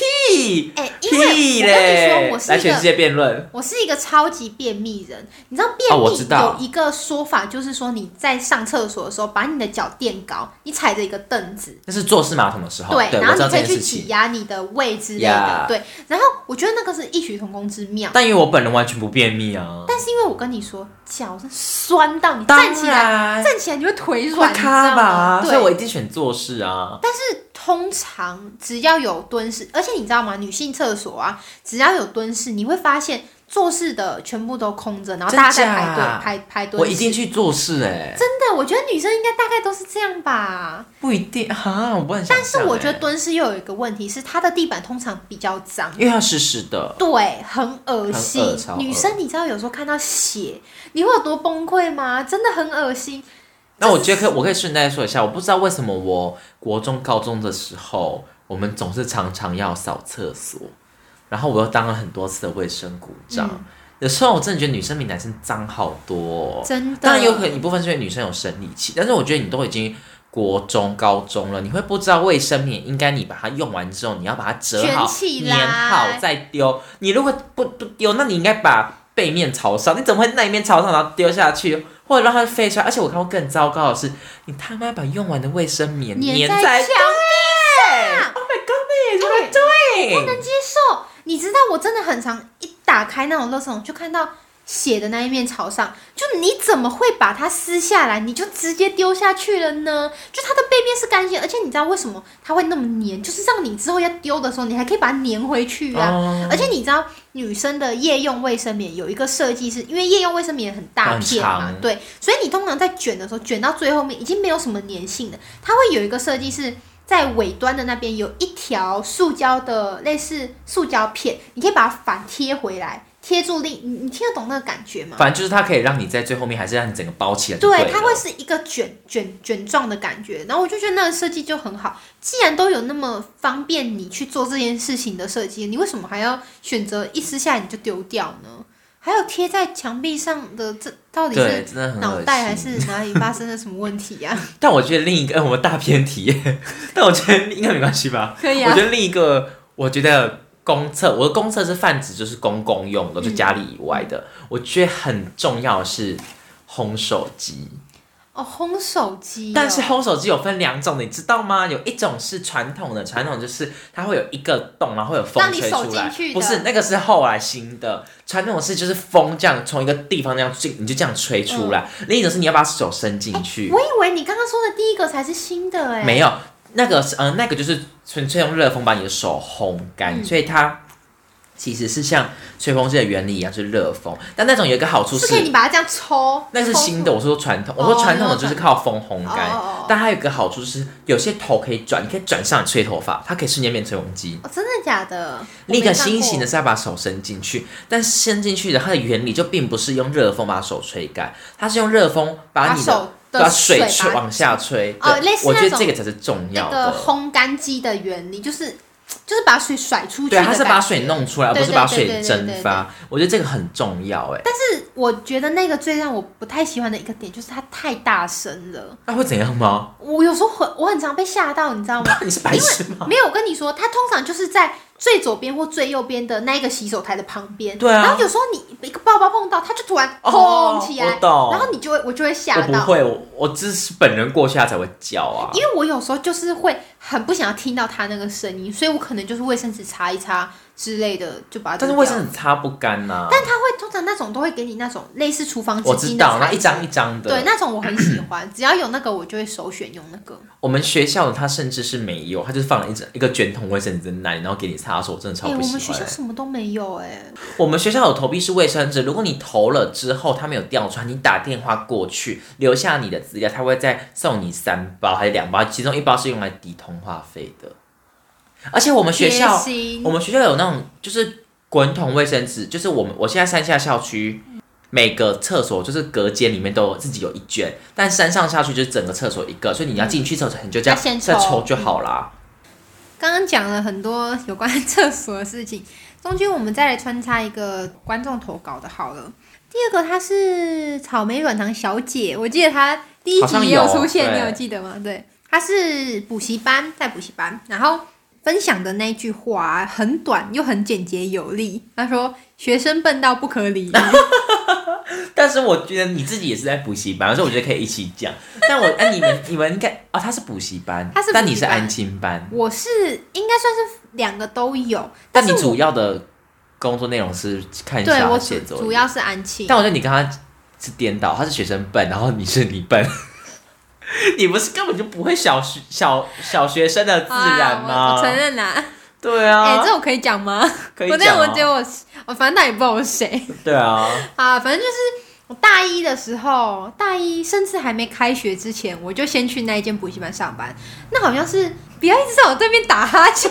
Speaker 2: 屁
Speaker 1: 哎、因
Speaker 2: 屁
Speaker 1: 为
Speaker 2: 嘞
Speaker 1: 我跟你说，我！是
Speaker 2: 来
Speaker 1: 一
Speaker 2: 全世
Speaker 1: 个
Speaker 2: 界辩论，
Speaker 1: 我是一个超级便秘人，你知道便
Speaker 2: 哦我知道
Speaker 1: 秘有一个说法，就是说你在上厕所的时候，把你的脚垫高，你踩着一个凳子，
Speaker 2: 那是坐式马桶的时候，
Speaker 1: 对，
Speaker 2: 对，
Speaker 1: 然
Speaker 2: 我知
Speaker 1: 后
Speaker 2: 道
Speaker 1: 你可
Speaker 2: 这
Speaker 1: 以
Speaker 2: 件
Speaker 1: 去
Speaker 2: 事
Speaker 1: 挤
Speaker 2: 情。
Speaker 1: 压你的胃之类的
Speaker 2: Yeah
Speaker 1: 对。然后我觉得那个是异曲同工之妙，
Speaker 2: 但因为我本人完全不便秘啊，
Speaker 1: 但是因为我跟你说，脚是酸到你站
Speaker 2: 当
Speaker 1: 起来，
Speaker 2: 然
Speaker 1: 站起来你会腿
Speaker 2: 会
Speaker 1: 软，你知
Speaker 2: 卡
Speaker 1: 道
Speaker 2: 吧，
Speaker 1: 吗？
Speaker 2: 所以我一
Speaker 1: 对。
Speaker 2: 定选做事啊。
Speaker 1: 但是通常只要有蹲式，而且你知道吗？女性厕所啊，只要有蹲式，你会发现坐式的全部都空着，然后大家在
Speaker 2: 真
Speaker 1: 排队
Speaker 2: 假
Speaker 1: 排排蹲式。
Speaker 2: 我一定去做事哎、
Speaker 1: 真的，我觉得女生应该大概都是这样吧。
Speaker 2: 不一定啊，我不能想象欸、
Speaker 1: 但是我觉得蹲式又有一个问题是，它的地板通常比较脏。
Speaker 2: 因为它湿湿的，
Speaker 1: 对，很恶心
Speaker 2: 很恶超。恶
Speaker 1: 女生，你知道有时候看到血，你会有多崩溃吗？真的很恶心。
Speaker 2: 那我觉得可以我可以顺带说一下，我不知道为什么我国中、高中的时候，我们总是常常要扫厕所，然后我又当了很多次的卫生股长。有时候我真的觉得女生比男生脏好多、哦，
Speaker 1: 真的
Speaker 2: 当然有可能一部分是因为女生有生理期，但是我觉得你都已经国中、高中了，你会不知道卫生棉应该你把它用完之后，你要把它折
Speaker 1: 卷
Speaker 2: 好、
Speaker 1: 起来
Speaker 2: 粘好再丢。你如果不不丢，那你应该把背面朝上，你怎么会那一面朝上然后丢下去，或者让它飞出来？而且我看过更糟糕的是，你他妈把用完的卫生棉
Speaker 1: 粘
Speaker 2: 在
Speaker 1: 在墙
Speaker 2: 壁
Speaker 1: 上
Speaker 2: ！Oh my god，妹，怎么
Speaker 1: 接受。你知道我真的很常一打开那种垃圾桶就看到写的那一面朝上，就你怎么会把它撕下来，你就直接丢下去了呢？就它的背面是干净，而且你知道为什么它会那么粘，就是让你之后要丢的时候，你还可以把它粘回去啊。
Speaker 2: 哦
Speaker 1: 而且你知道，女生的夜用卫生棉有一个设计是，因为夜用卫生棉很大片嘛
Speaker 2: 很，长
Speaker 1: 对，所以你通常在卷的时候，卷到最后面已经没有什么粘性了，它会有一个设计是。在尾端的那边有一条塑胶的类似塑胶片，你可以把它反贴回来，贴住另你你听得懂那个感觉吗？
Speaker 2: 反正就是它可以让你在最后面还是让你整个包起来就
Speaker 1: 对，
Speaker 2: 了
Speaker 1: 它会是一个卷卷卷状的感觉。然后我就觉得那个设计就很好。既然都有那么方便你去做这件事情的设计，你为什么还要选择一撕下来你就丢掉呢？还有贴在墙壁上的，这到底
Speaker 2: 对，
Speaker 1: 是
Speaker 2: 真的很
Speaker 1: 脑
Speaker 2: 恶
Speaker 1: 袋还
Speaker 2: 心
Speaker 1: 是哪里发生了什么问题啊 呀、
Speaker 2: 但我觉得另一个、呃我们大偏题， 但我觉得应该没关系吧。
Speaker 1: 可以
Speaker 2: 我
Speaker 1: 啊
Speaker 2: 觉，得另一个，我觉得公厕，我的公厕是泛指就是公共用的，就家里以外的。
Speaker 1: 嗯
Speaker 2: 我觉得很重要的是烘手机，
Speaker 1: 哦，烘手机哦、
Speaker 2: 但是烘手机有分两种，你知道吗？有一种是传统的，传统就是它会有一个洞，然后会有风
Speaker 1: 让你
Speaker 2: 吹
Speaker 1: 手
Speaker 2: 出
Speaker 1: 进
Speaker 2: 来
Speaker 1: 去，的
Speaker 2: 不是那个是后来新的。传统是就是风这样从一个地方这样进，你就这样吹出来。
Speaker 1: 嗯
Speaker 2: 另一种是你要把手伸进去。
Speaker 1: 我以为你刚刚说的第一个才是新的哎、
Speaker 2: 没有，那个是嗯、那个就是纯粹用热风把你的手烘干，
Speaker 1: 嗯
Speaker 2: 所以它其实是像吹风机的原理一样，是热风。但那种有一个好处
Speaker 1: 是可以你
Speaker 2: 是，
Speaker 1: 把它这样抽，
Speaker 2: 那是
Speaker 1: 抽
Speaker 2: 新
Speaker 1: 出
Speaker 2: 的，我说传统，
Speaker 1: 哦
Speaker 2: 我说传统的就是靠风烘
Speaker 1: 哦
Speaker 2: 干。
Speaker 1: 哦哦
Speaker 2: 但还有一个好处是，有些头可以转，你可以转上来吹头发，它可以瞬间变吹风机。
Speaker 1: 哦，真的假的？我
Speaker 2: 另一
Speaker 1: 没
Speaker 2: 个
Speaker 1: 看
Speaker 2: 新
Speaker 1: 过
Speaker 2: 型的是要把手伸进去，但是伸进去的它的原理就并不是用热风把手吹干，它是用热风把
Speaker 1: 把
Speaker 2: 你的
Speaker 1: 手
Speaker 2: 把
Speaker 1: 的
Speaker 2: 水吹
Speaker 1: 把
Speaker 2: 往下吹。
Speaker 1: 哦
Speaker 2: 对
Speaker 1: 类似
Speaker 2: 我
Speaker 1: 那
Speaker 2: 觉得
Speaker 1: 种
Speaker 2: 这个才是重要
Speaker 1: 那
Speaker 2: 的。
Speaker 1: 个烘干机的原理，就是就是把水甩出去。
Speaker 2: 对，它是把水。弄出来，而不
Speaker 1: 对
Speaker 2: 是
Speaker 1: 对
Speaker 2: 把
Speaker 1: 对对
Speaker 2: 水
Speaker 1: 对
Speaker 2: 蒸
Speaker 1: 对
Speaker 2: 发。我觉得这个很重要，哎，
Speaker 1: 但是我觉得那个最让我不太喜欢的一个点，就是它太大声了。
Speaker 2: 那会怎样吗？
Speaker 1: 我有时候很我很常被吓到，你知道吗？
Speaker 2: 你是白痴吗？
Speaker 1: 没有，我跟你说，它通常就是在最左边或最右边的那一个洗手台的旁边。
Speaker 2: 对啊
Speaker 1: 然后有时候你一个包包碰到，它就突然
Speaker 2: 哦
Speaker 1: 砰起来，
Speaker 2: 我懂
Speaker 1: 然后你就会我就会
Speaker 2: 我
Speaker 1: 吓
Speaker 2: 不
Speaker 1: 到。
Speaker 2: 会，我我只是本人过去他才会叫啊。
Speaker 1: 因为我有时候就是会很不想要听到它那个声音，所以我可能就是卫生纸擦一擦之类的，就把它丢
Speaker 2: 但
Speaker 1: 掉。
Speaker 2: 是卫生纸擦不干呐、
Speaker 1: 但它会通常那种都会给你那种类似厨房纸
Speaker 2: 我
Speaker 1: 巾
Speaker 2: 知
Speaker 1: 的
Speaker 2: 道，
Speaker 1: 材
Speaker 2: 那
Speaker 1: 质
Speaker 2: 一张一张
Speaker 1: 对
Speaker 2: 的。
Speaker 1: 那种我很喜欢，只要有那个我就会首选用那个。
Speaker 2: 我们学校的它甚至是没有，它就是放了一整一个卷筒卫生纸在那里，然后给你擦的时候，我真的超
Speaker 1: 哎、
Speaker 2: 不
Speaker 1: 我
Speaker 2: 喜
Speaker 1: 们学
Speaker 2: 欢
Speaker 1: 校
Speaker 2: 欸。
Speaker 1: 什么都没有哎、
Speaker 2: 我们学校有投币式卫生纸，如果你投了之后它没有掉出来，你打电话过去留下你的资料，它会再送你三包还是两包，其中一包是用来抵通话费的。而且我们学校
Speaker 1: 贴心
Speaker 2: 我们学校有那种就是滚筒卫生纸，就是我们我现在山下校区每个厕所就是隔间里面都有自己有一卷，但山上校区就是整个厕所一个，所以你要进去厕所你就这样
Speaker 1: 要先
Speaker 2: 再
Speaker 1: 抽
Speaker 2: 抽就好啦。
Speaker 1: 刚刚讲了很多有关厕所的事情，中间我们再来穿插一个观众投稿的好了。第二个她是草莓软糖小姐，我记得她第一
Speaker 2: 好
Speaker 1: 集
Speaker 2: 像
Speaker 1: 也有
Speaker 2: 有
Speaker 1: 出现，
Speaker 2: 对
Speaker 1: 你有记得吗？对，她是补习班，在补习班，然后分享的那句话很短又很简洁有力，她说：“学生笨到不可理 喻。”
Speaker 2: 但是我觉得你自己也是在补习班，所以我觉得可以一起 讲。但我哎、你们你们应该啊，他是补习班，
Speaker 1: 他是补习班
Speaker 2: 但你是安亲班，
Speaker 1: 我是应该算是两个都有，
Speaker 2: 但你
Speaker 1: 是我
Speaker 2: 主要的工作内容是看一
Speaker 1: 对
Speaker 2: 下
Speaker 1: 我
Speaker 2: 他
Speaker 1: 主
Speaker 2: 写作业
Speaker 1: 主要是安 庆。
Speaker 2: 但我觉得你跟他是颠倒，他是学生笨，然后你是你笨， 你不是根本就不会小学小小学生的自然
Speaker 1: 啊我
Speaker 2: 吗？
Speaker 1: 我承认啦、
Speaker 2: 对
Speaker 1: 哎、
Speaker 2: 啊，
Speaker 1: 这我可以讲吗？
Speaker 2: 可以
Speaker 1: 我
Speaker 2: 讲、
Speaker 1: 但
Speaker 2: 哦
Speaker 1: 我觉得我是，我反正他也不知道我是谁
Speaker 2: 对啊，
Speaker 1: 啊，反正就是我大一的时候，大一甚至还没开学之前，我就先去那一间补习班上班。那好像是不要一直在我对面打哈欠，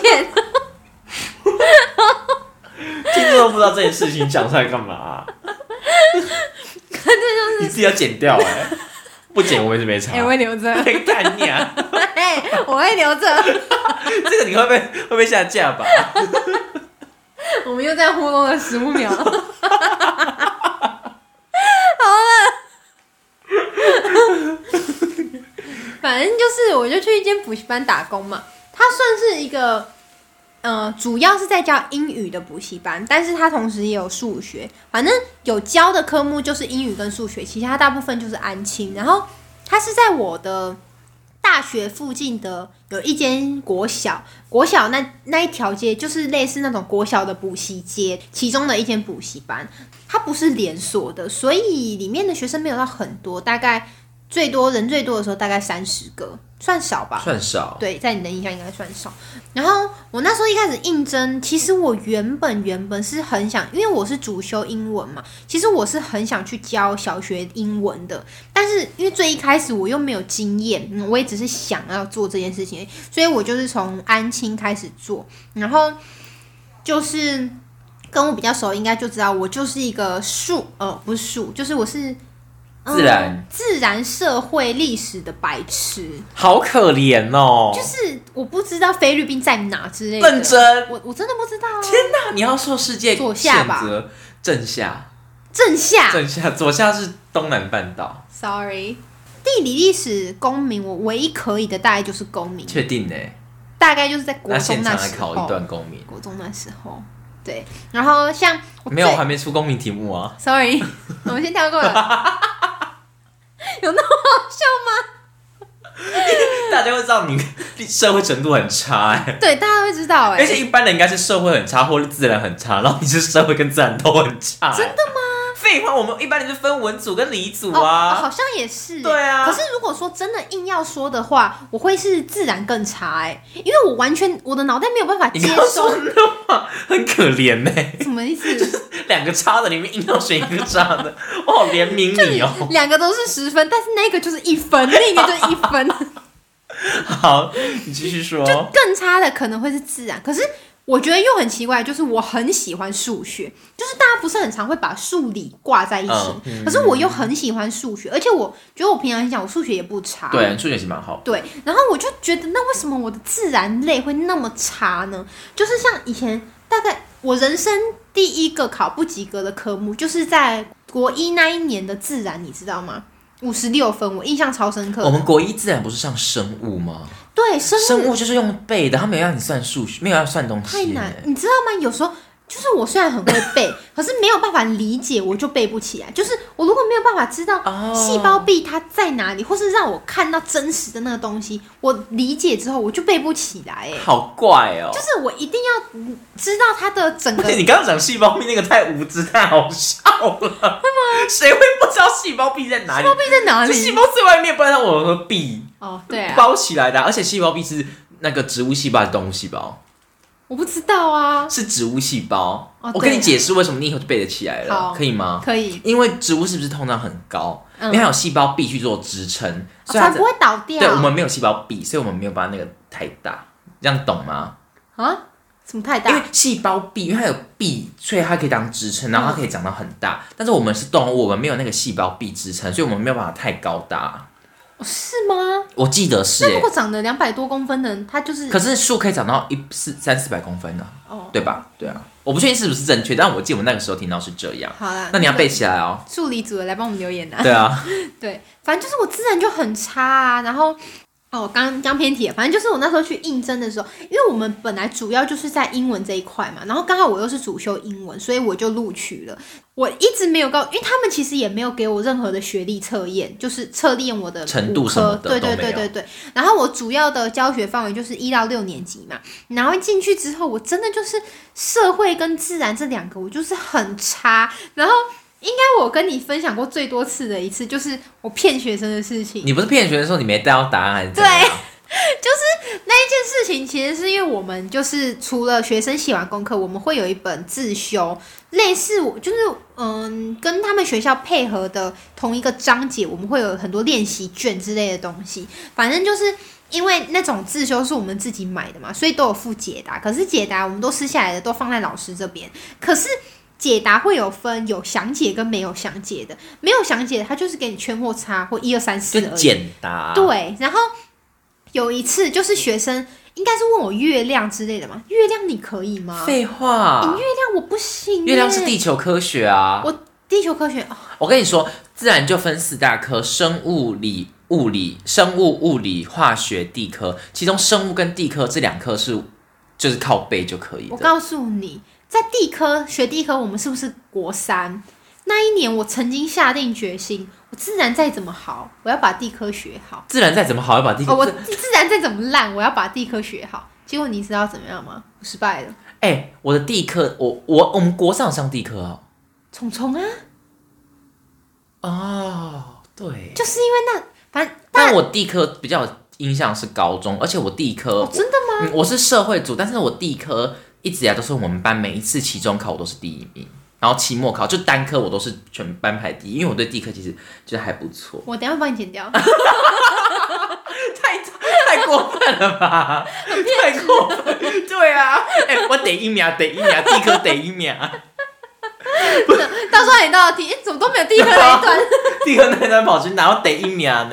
Speaker 2: 听众都不知道这件事情讲出来干嘛、 你自己要剪掉哎、不剪我也是没差。
Speaker 1: 哎、我会留 着，
Speaker 2: 哎干你啊！
Speaker 1: 哎、我会留着。
Speaker 2: 这个你会被会被下架吧？
Speaker 1: 我们又在糊弄了十五秒。 反正就是我就去一间补习班打工嘛，它算是一个，呃，主要是在教英语的补习班，但是它同时也有数学，反正有教的科目就是英语跟数学，其他大部分就是安亲。然后它是在我的大学附近的有一间国小，国小那那一条街就是类似那种国小的补习街，其中的一间补习班，它不是连锁的，所以里面的学生没有到很多，大概最多人最多的时候大概三十个，算少吧？
Speaker 2: 算少，
Speaker 1: 对，在你的印象应该算少。然后我那时候一开始应征，其实我原本原本是很想，因为我是主修英文嘛，其实我是很想去教小学英文的。但是因为最一开始我又没有经验，嗯，我也只是想要做这件事情而已，所以我就是从安亲开始做，然后就是跟我比较熟，应该就知道我就是一个数，呃，不是数，就是我是。嗯
Speaker 2: 自然
Speaker 1: 自然、社会、历史的白痴，
Speaker 2: 好可怜哦。
Speaker 1: 就是我不知道菲律宾在哪之类的。
Speaker 2: 认真，
Speaker 1: 我我真的不知道啊。
Speaker 2: 那你要说世界
Speaker 1: 左下吧
Speaker 2: 谴责正下，
Speaker 1: 正下
Speaker 2: 正下，左下是东南半岛，
Speaker 1: ，sorry，地理、历史、公民，我唯一可以的大概就是公民，
Speaker 2: 确定呢？
Speaker 1: 大概就是在国
Speaker 2: 那
Speaker 1: 中
Speaker 2: 现场来
Speaker 1: 时
Speaker 2: 考一
Speaker 1: 候。
Speaker 2: 段公民，
Speaker 1: 国中那时候，对。然后像我
Speaker 2: 没有，还没出公民题目啊。
Speaker 1: 最，sorry，我们先跳过了。有那么
Speaker 2: 大家会知道你 社会程度很差哎、
Speaker 1: 对，大家会知道哎、
Speaker 2: 而且一般人应该是社会很差或者自然很差，然后你是社会跟自然都很差、
Speaker 1: 真
Speaker 2: 的吗？废话，我们一般人就分文组跟理组
Speaker 1: 哦哦，
Speaker 2: 啊。
Speaker 1: 好像也是欸。
Speaker 2: 对啊
Speaker 1: 可是如果说真的硬要说的话，我会是自然更差哎、因为我完全我的脑袋没有办法
Speaker 2: 你
Speaker 1: 接
Speaker 2: 刚刚说
Speaker 1: 受，
Speaker 2: 的话 很可怜呢、
Speaker 1: 什么意思？
Speaker 2: 两个差的里面硬要选一个差的，我好怜悯你 哦、
Speaker 1: 两个都是十分，但是那个就是一分，另一个就是一分，
Speaker 2: 好，你继续说。
Speaker 1: 更差的可能会是自然。可是我觉得又很奇怪，就是我很喜欢数学，就是大家不是很常会把数理挂在一起，
Speaker 2: 嗯
Speaker 1: 可是我又很喜欢数学，而且我觉得我平常讲我数学也不差，
Speaker 2: 对，数学是蛮好。
Speaker 1: 对，然后我就觉得，那为什么我的自然类会那么差呢？就是像以前大概我人生第一个考不及格的科目，就是在国一那一年的自然，你知道吗？五十六分，我印象超深刻。
Speaker 2: 我们国一自然不是上生物吗？
Speaker 1: 对哦生物
Speaker 2: 生物就是用背的，他没有让你算数学，没有要算东西、
Speaker 1: 太难
Speaker 2: 欸，。
Speaker 1: 你知道吗？有时候就是我虽然很会 背，可是没有办法理解，我就背不起来。就是我如果没有办法知道
Speaker 2: 哦
Speaker 1: 细胞壁它在哪里，或是让我看到真实的那个东西，我理解之后我就背不起来、哎，
Speaker 2: 好怪哦、
Speaker 1: 就是我一定要知道它的整
Speaker 2: 不
Speaker 1: 个
Speaker 2: 是你刚刚讲细胞壁那个太无知太好笑了，会吗？谁会不知道细胞壁在哪里？
Speaker 1: 壁在哪
Speaker 2: 就细
Speaker 1: 里。
Speaker 2: 胞最外面，不然它我何必
Speaker 1: 哦，对啊，
Speaker 2: 包起来的啊、而且细胞壁是那个植物细胞还是动物细胞？
Speaker 1: 我不知道啊。
Speaker 2: 是植物细胞。
Speaker 1: 哦
Speaker 2: 我
Speaker 1: 对
Speaker 2: 跟你
Speaker 1: 啊
Speaker 2: 解释为什么你以后就背得起来了
Speaker 1: 好，
Speaker 2: 可以吗？
Speaker 1: 可以，
Speaker 2: 因为植物是不是通常很高？
Speaker 1: 嗯
Speaker 2: 因为它有细胞壁去做支撑，
Speaker 1: 哦
Speaker 2: 所以它
Speaker 1: 才
Speaker 2: 的
Speaker 1: 不会啊倒掉。
Speaker 2: 对我们没有细胞壁，所以我们没有把那个太大，这样懂吗？
Speaker 1: 啊，什么太
Speaker 2: 因为
Speaker 1: 大？
Speaker 2: 细胞壁，因为它有壁，所以它可以当支
Speaker 1: 嗯
Speaker 2: 撑，然后它可以长到很大。但是我们是动物，我们没有那个细胞壁支撑，所以我们没有办法太高大。
Speaker 1: 哦是吗？
Speaker 2: 我记得是、
Speaker 1: 那如
Speaker 2: 欸，
Speaker 1: 果长得两百多公分的人，他就是
Speaker 2: 可是树可以长到一四三四百公分呢、
Speaker 1: 哦，
Speaker 2: 对吧？对啊，我不确定是不是正确，但我记得我那个时候听到是这样。
Speaker 1: 好啦。
Speaker 2: 那你要背起来哦。
Speaker 1: 助理组的来帮我们留言啊。
Speaker 2: 对啊，
Speaker 1: 对，反正就是我自然就很差啊。然后哦，刚刚偏题了，反正就是我那时候去应征的时候，因为我们本来主要就是在英文这一块嘛，然后刚好我又是主修英文，所以我就录取了。我一直没有告，因为他们其实也没有给我任何的学历测验，就是测验我的
Speaker 2: 程度
Speaker 1: 五
Speaker 2: 什
Speaker 1: 科
Speaker 2: 么的
Speaker 1: 对
Speaker 2: 都
Speaker 1: 对
Speaker 2: 没
Speaker 1: 对
Speaker 2: 有
Speaker 1: 对对。然后我主要的教学范围就是一到六年级嘛，然后进去之后，我真的就是社会跟自然这两个，我就是很差。然后应该我跟你分享过最多次的一次，就是我骗学生的事情。
Speaker 2: 你不是骗学生说你没带到答案还是怎样？
Speaker 1: 事情其实是因为我们就是除了学生写完功课，我们会有一本自修，类似我就是嗯跟他们学校配合的同一个章节，我们会有很多练习卷之类的东西。反正就是嗯因为那种自修是我们自己买的嘛，所以都有附解答。可是解答我们都撕下来的，都放在老师这边。可是解答会有分有详解跟没有详解的，没有详解的它就是给你圈或叉或 E 一二三四
Speaker 2: 就
Speaker 1: 而已。
Speaker 2: 简答。
Speaker 1: 对，然后有一次就是学生应该是问我月亮之类的嘛，月亮你可以吗？月
Speaker 2: 废话，
Speaker 1: 亮我不行、
Speaker 2: 月亮是。地球科学啊。
Speaker 1: 我地球科学哦，
Speaker 2: 我跟你说，自然就分四大科：生物、理、物理、生物、物理、化学、地科。其中生物跟地科这两科是就是靠背就可以
Speaker 1: 我
Speaker 2: 的。
Speaker 1: 告诉你，在地科学地科，我们是不是国三？那一年我曾经下定决心，我自然再怎么好，我要把地科学好。
Speaker 2: 自然再怎么好，要把地
Speaker 1: 哦，
Speaker 2: 科
Speaker 1: 我
Speaker 2: 这
Speaker 1: 自然再怎么烂，我要把地科学好。结果你知道怎么样吗？我失败了，
Speaker 2: 哎、我的地科，我我我们国上有上地科哦。
Speaker 1: 虫虫啊，
Speaker 2: 哦，对，
Speaker 1: 就是因为那反正
Speaker 2: 但我地科比较有印象是高中，而且我地科、
Speaker 1: 哦真的吗？
Speaker 2: 嗯我是社会组，但是我地科一直以来都是我们班每一次期中考我都是第一名，然后期末考就单科我都是全班排第一，因为我对地科其实觉得还不错。
Speaker 1: 我等一下帮你剪掉，
Speaker 2: 太太过分了吧？ 太过分， 对啊，哎、我得一秒，得一秒，地科得一啊秒，
Speaker 1: 到时候你到底、诶怎么都没有地科那 一段。
Speaker 2: 地科那段跑去哪有得一秒呢？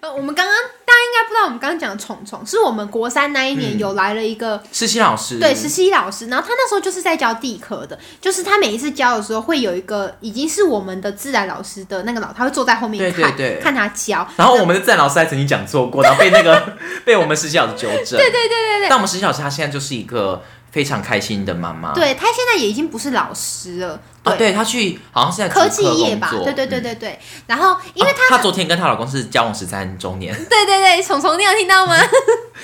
Speaker 1: 呃，我们刚刚大家应该不知道，我们刚刚讲的虫虫是我们国三那一年
Speaker 2: 嗯
Speaker 1: 有来了一个、
Speaker 2: 实习老师
Speaker 1: 对实习老师，然后他那时候就是在教地科的，就是他每一次教的时候会有一个已经是我们的自然老师的那个老，他会坐在后面
Speaker 2: 对
Speaker 1: 看
Speaker 2: 对对
Speaker 1: 看他教，
Speaker 2: 然后我们的赞老师还曾经讲错过，然后被那个 被我们实习老师纠正。对对对对对。但我们实习老师她现在就是一个非常开心的妈妈。
Speaker 1: 对他现在也已经不是老师了，
Speaker 2: 啊，对，她去好像是在
Speaker 1: 科
Speaker 2: 竹
Speaker 1: 技业吧，
Speaker 2: 工
Speaker 1: 对
Speaker 2: 作
Speaker 1: 对对。
Speaker 2: 嗯
Speaker 1: 对对。然后因为
Speaker 2: 啊她昨天跟她老公是交往十三周 年，
Speaker 1: 对对对，虫虫你有听到吗？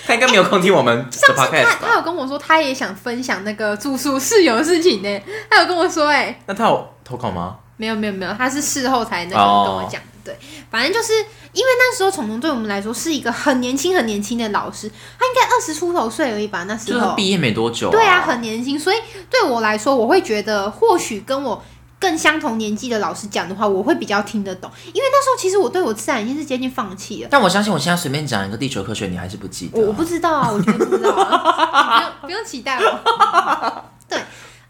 Speaker 2: 她应该没有空听我们的
Speaker 1: 上次他
Speaker 2: podcast
Speaker 1: 他
Speaker 2: 吧？
Speaker 1: 有跟我说，他也想分享那个住宿室友的事情呢，他有跟我说、哎。
Speaker 2: 那她有投稿吗？
Speaker 1: 没有没有没有，他是事后才那个
Speaker 2: 哦
Speaker 1: 跟我讲的。对，反正就是因为那时候虫虫对我们来说是一个很年轻很年轻的老师，他应该二十出头岁而已吧，那
Speaker 2: 就
Speaker 1: 时
Speaker 2: 是她
Speaker 1: 候。
Speaker 2: 毕业没多久、
Speaker 1: 对啊，很年轻，所以对我来说，我会觉得或许跟我更相同年纪的老师讲的话，我会比较听得懂。因为那时候其实我对我自然已经是接近放弃了。
Speaker 2: 但我相信我现在随便讲一个地球科学，你还是不记得、
Speaker 1: 我我不知道啊，我觉得不知道 啊，你不用不用期待我。嗯对，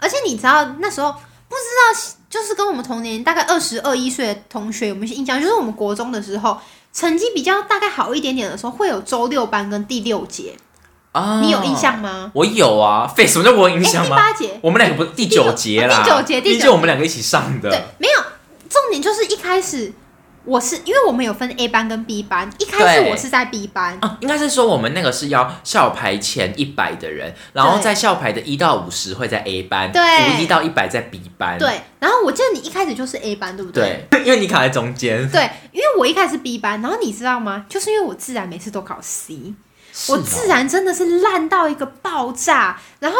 Speaker 1: 而且你知道那时候不知道，就是跟我们同年大概二十二一岁的同学有没有印象？就是我们国中的时候，成绩比较大概好一点点的时候，会有周六班跟第六节，
Speaker 2: 啊
Speaker 1: 你有印？象吗？
Speaker 2: 我 有啊，废什么叫我有印
Speaker 1: 哎、
Speaker 2: 象
Speaker 1: 第
Speaker 2: 吗？
Speaker 1: 八节
Speaker 2: 我们两个不是第九节啦，
Speaker 1: 第九节第九
Speaker 2: 第
Speaker 1: 节
Speaker 2: 九我们两个一起上的。
Speaker 1: 对，没有。重点就是一开始我是因为我们有分 A 班跟 B 班，一开始
Speaker 2: 对
Speaker 1: 我是在 B 班，
Speaker 2: 啊，应该是说我们那个是要校排前一百的人，然后
Speaker 1: 对
Speaker 2: 在校排的一到五十会在 A 班，
Speaker 1: 对
Speaker 2: 五一到一百在 B 班，
Speaker 1: 对。然后我记得你一开始就是 A 班，对不对？
Speaker 2: 对， 因为你卡在中间，
Speaker 1: 对，因为我一开始 B 班，然后你知道吗？就是因为我自然每次都考 C，我
Speaker 2: 是哦
Speaker 1: 自然真的是烂到一个爆炸。然后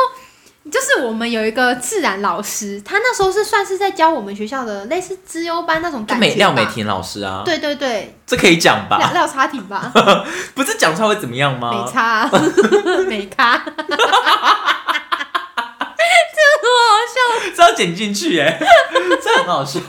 Speaker 1: 就是我们有一个自然老师，他那时候是算是在教我们学校的类似资优班那种
Speaker 2: 就
Speaker 1: 感
Speaker 2: 美
Speaker 1: 觉
Speaker 2: 廖
Speaker 1: 吧
Speaker 2: 美啊婷老师啊，
Speaker 1: 对对对，
Speaker 2: 这可以讲吧？
Speaker 1: 廖廖差挺吧，
Speaker 2: 不是讲出来会怎么样
Speaker 1: 美
Speaker 2: 吗？
Speaker 1: 差、 啊，美咖，这个很好
Speaker 2: 这要剪进去耶， 这 很好笑，